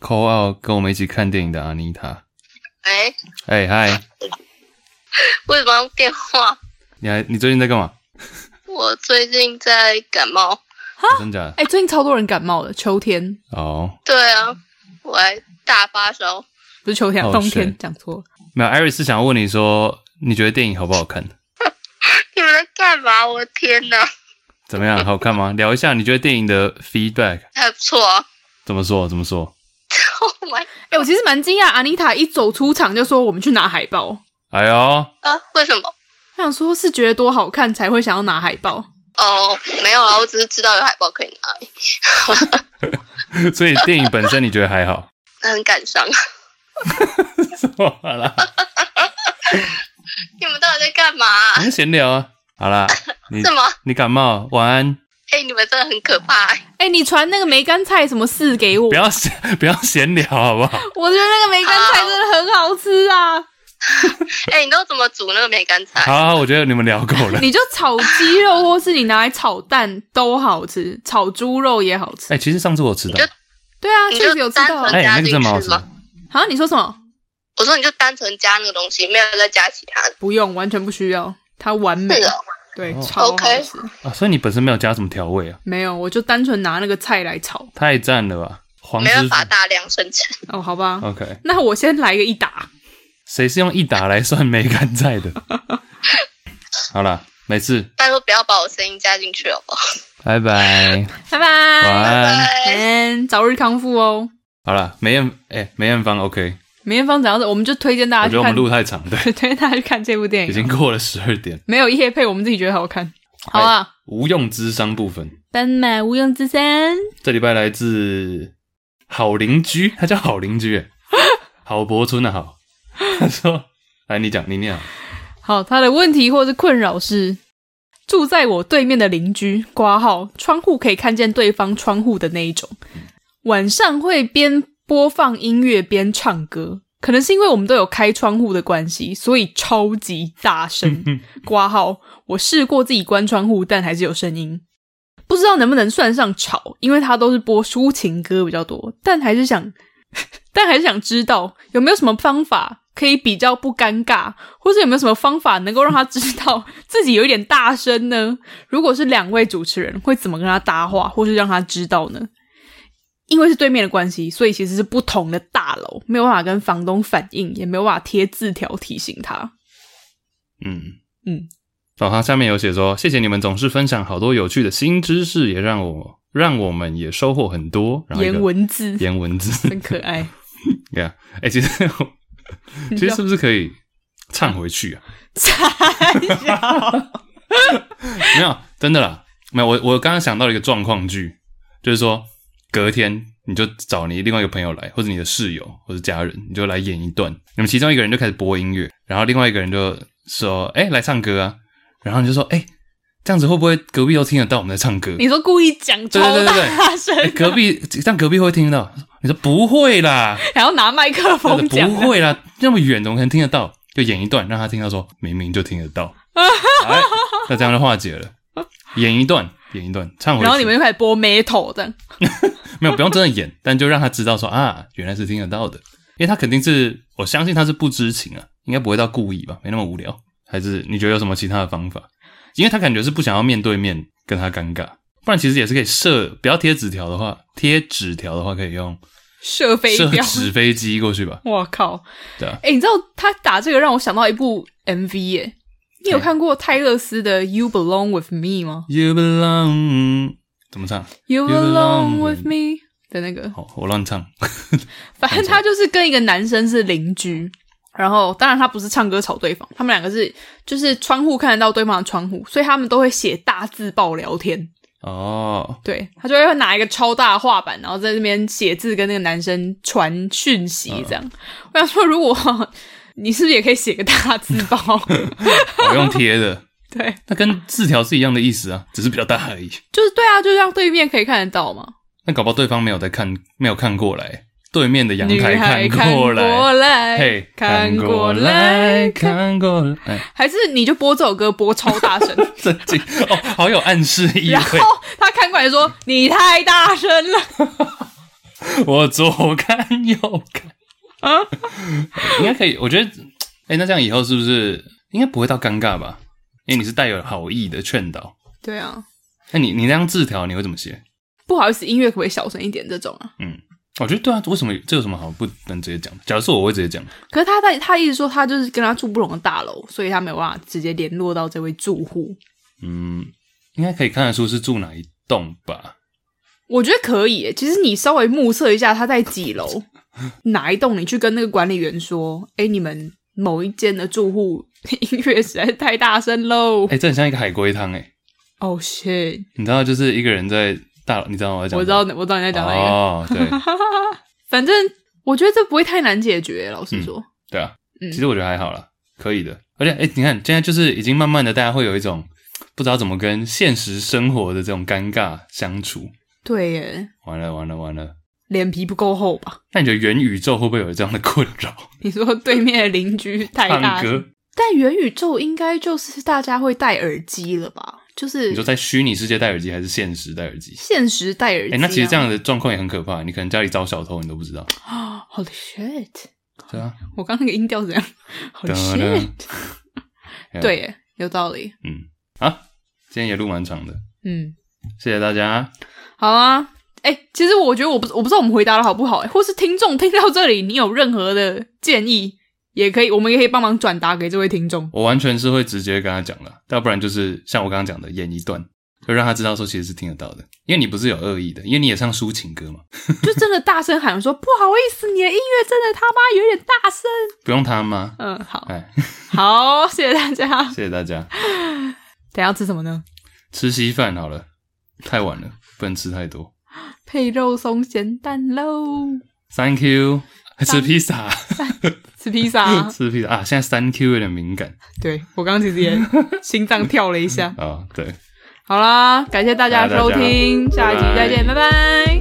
B: 扣号跟我们一起看电影的安妮塔。
D: 喂，
B: 哎嗨，
D: 为什么要电话？
B: 你还你最近在干嘛？
D: 我最近在感冒。
B: 真假的？
C: 哎、最近超多人感冒的，秋天
B: 哦，
D: 对啊，我还大发烧。
C: 不是秋天啊，
B: 哦
C: 冬天
B: 是
C: 讲错了。
B: 没有，艾瑞斯想要问你说，你觉得电影好不好看？
D: 你们在干嘛？我的天哪，
B: 怎么样？好看吗？ 聊一下你觉得电影的 feedback
D: 还不错啊。
B: 怎么说？怎么说？
D: Oh my
C: 哎、我其实蛮惊讶，安妮塔一走出场就说我们去拿海报，
B: 哎呦，
D: 啊！为什么？
C: 她想说是觉得多好看才会想要拿海报。
D: 哦，没有啊，我只是知道有海报可以拿而已。
B: 所以电影本身你觉得还好？
D: 很感伤。
B: 错啦，
D: 你们到底在干嘛、
B: 我们闲聊啊。好啦，你
D: 是吗？
B: 你感冒，晚安。
D: 哎、你们真的很可怕、欸。
C: 哎、你传那个梅干菜什么事给我
B: 不？要 闲不要闲聊好不好？
C: 我觉得那个梅干菜真的很好吃 啊！
D: 哎、你都怎么煮那个梅干菜？
B: 好，我觉得你们聊够了。
C: 你就炒鸡肉，或是你拿来炒蛋都好吃，炒猪肉也好吃。
B: 哎、其实上次我吃到
D: 你，
C: 对啊，
D: 你
C: 确
D: 就
C: 实有吃到。
D: 单
C: 啊
D: 纯，
B: 哎、那个真的蛮好吃的
D: 加进。
C: 你说什么？
D: 我说你就单纯加那个东西，没有再加其他的。
C: 不用，完全不需要，它完美
D: 是，哦，
C: 对
B: 哦，
C: 超好
D: OK
C: 吃。
B: 啊，所以你本身没有加什么调味啊？
C: 没有，我就单纯拿那个菜来炒。
B: 太赞了吧！黄
D: 没
B: 之
D: 办
B: 子
D: 法大量生产。
C: 哦，好吧，
B: OK，
C: 那我先来个一打。
B: 谁是用一打来算梅干菜的？好啦，没事，
D: 拜托不要把我声音加进去哦好不好？
B: 拜拜，
C: 拜
B: 晚
C: 拜，
B: 安。
D: 拜。
C: 嗯，早日康复哦。
B: 好啦，梅艳，哎、梅艳芳 OK，
C: 梅艳芳怎样子，我们就推荐
B: 我
C: 大家
B: 觉得
C: 去
B: 我们
C: 看，
B: 录太长，对，
C: 推荐大家去看这部电
B: 已
C: 影。
B: 经哎过了十二点，
C: 没有夜配，我们自己觉得好看。好啊，
B: 无用之商部分，
C: 斑马无用之山，
B: 这礼拜来自好邻居，他叫好邻居，哎 郝柏村的好，他说，来你讲，你念啊好，
C: 好，他的问题或是困扰是住在我对面的邻居，挂号窗户可以看见对方窗户的那一种，晚上会边播放音乐边唱歌。可能是因为我们都有开窗户的关系，所以超级大声。挂号，我试过自己关窗户，但还是有声音，不知道能不能算上吵，因为他都是播抒情歌比较多，但还是想， 但还是想知道有没有什么方法可以比较不尴尬，或是有没有什么方法能够让他知道 自己有一点大声呢？如果是两位主持人，会怎么跟他搭话，或是让他知道呢？因为是对面的关系，所以其实是不同的大楼，没有办法跟房东反映，也没有办法贴字条提醒他。
B: 嗯
C: 嗯，
B: 然后他下面有写说：“谢谢你们总是分享好多有趣的新知识，也让我让我们也收获很多。”然后一个
C: 颜 文字
B: 颜文字，
C: 很可爱，
B: 对啊，哎，其实 其实是不是可以唱回去啊？没有，真的啦，没有。我我刚刚想到了一个状况剧，就是说隔天你就找你另外一个朋友来，或者你的室友或者家人，你就来演一段。你们其中一个人就开始播音乐，然后另外一个人就说：“哎、来唱歌啊！”然后你就说：“哎、这样子会不会隔壁都听得到我们在唱歌？”
C: 你说故意讲超
B: 对对对对对
C: 大声，
B: 哎、隔壁这样隔壁会听到。你说不会啦，
C: 还要拿麦克风
B: 对的
C: 讲，
B: 不会啦，那么远怎么可能听得到？就演一段，让他听到说明明就听得到，哎那这样就化解了。演一段，演一段，唱回去。
C: 然后你们就开始播 metal 这样，
B: 没有不用真的演， 但就让他知道说啊，原来是听得到的，因为他肯定是我相信他是不知情啊，应该不会到故意吧，没那么无聊。还是你觉得有什么其他的方法？因为他感觉是不想要面对面跟他尴尬，不然其实也是可以设，不要贴纸条的话，贴纸条的话可以用
C: 射飞
B: 设
C: 镖。
B: 纸飞机过去吧，
C: 我靠！
B: 对啊，
C: 哎、你知道他打这个让我想到一部 MV 耶、你有
B: 哎
C: 看过泰勒斯的《You Belong with Me》吗
B: You belong，怎么唱？
C: ？You
B: belong
C: belong with
B: with
C: me 的那个，
B: 哦，我乱唱。
C: 反正他就是跟一个男生是邻居，然后当然他不是唱歌吵对方，他们两个是就是窗户看得到对方的窗户，所以他们都会写大字报聊天。
B: 哦，
C: 对他就会拿一个超大的画板，然后在那边写字，跟那个男生传讯息这样。我想说，如果 你是不是也可以写个大字报？
B: 我用贴的，
C: 对，
B: 那跟字条是一样的意思啊，只是比较大而已。
C: 就是对啊，就让对面可以看得到嘛。
B: 那搞不好对方没有在看，没有看过来，对面的阳
C: 女
B: 台
C: 孩
B: 看过来，
C: 来，
B: 嘿，
C: 看过
B: 过
C: 来，看
B: 看过来，哎，
C: 还是你就播这首歌，播超大 声，
B: 震惊哦，好有暗示意
C: 然后
B: 味。
C: 他看过来说：“你太大声了。
B: 我左看右看，
C: 啊
B: 应该可以。我觉得，哎，那这样以后是不是应该不会到尴尬吧？因为你是带有好意的劝导。”
C: 对啊，
B: 那哎你你那张字条你会怎么写？
C: 不好意思，音乐可不可以小声一点？这种啊，
B: 我觉得对啊，为什么这有什么好不能直接讲的？假如是我，我会直接讲。
C: 可是他在他一直说他就是跟他住不同的大楼，所以他没有办法直接联络到这位住户。
B: 嗯，应该可以看得出是住哪一栋吧？
C: 我觉得可以耶，其实你稍微目测一下他在几楼 哪一栋，你去跟那个管理员说：“哎，你们某一间的住户 音乐实在是太大声喽
B: 哎、。这很像一个海龟汤哎，
C: ”Oh shit！
B: 你知道，就是一个人在大，你知道我在讲什么？
C: 我知道，我知道你在讲哪一个。
B: 哦，对
C: 反正我觉得这不会太难解决，老实说。
B: 对啊，
C: 嗯
B: 其实我觉得还好啦，可以的。而且，哎、你看现在就是已经慢慢的，大家会有一种不知道怎么跟现实生活的这种尴尬相处。
C: 对耶，
B: 完了，完了，完了！
C: 脸皮不够厚吧？
B: 那你觉得元宇宙会不会有这样的困扰？
C: 你说对面的邻居太大
B: 唱
C: 声
B: 歌，
C: 但元宇宙应该就是大家会戴耳机了吧？就是
B: 你说在虚拟世界戴耳机还是现实戴耳机？
C: 现实戴耳机、
B: 哎、
C: 啊
B: 那其实这样的状况也很可怕，你可能家里遭小偷，你都不知道。
C: ，Holy shit！
B: 对 啊，
C: 我刚刚那个音调是怎样？Holy
B: 哒哒
C: shit！对耶，有道理。
B: 嗯，啊，哎今天也录蛮长的，
C: 嗯，
B: 谢谢大家。
C: 好啊。哎、其实我觉得我不我不知道我们回答的好不好、哎或是听众听到这里，你有任何的建议，也可以，我们也可以帮忙转达给这位听众。
B: 我完全是会直接跟他讲的，要不然就是像我刚刚讲的演一段，就让他知道说其实是听得到的，因为你不是有恶意的，因为你也唱抒情歌嘛，
C: 就真的大声喊说：“不好意思，你的音乐真的他妈有点大声。
B: 不用他吗”？
C: 嗯，好，
B: 哎，
C: 好，哦谢谢大家。
B: 谢谢大 家，
C: 等一下要吃什么呢？
B: 吃稀饭好了，太晚了，不能吃太多。
C: 配肉松咸蛋喽，
B: Thank you，吃披萨，
C: 吃披萨 啊、
B: 吃披萨啊！现在 Thank you 有点敏感
C: 对我刚刚其实也心脏跳了一下。
B: 啊，对。
C: 好啦，感谢大家的收听，
B: 感谢大家
C: 下一集再见，
B: 拜
C: 拜拜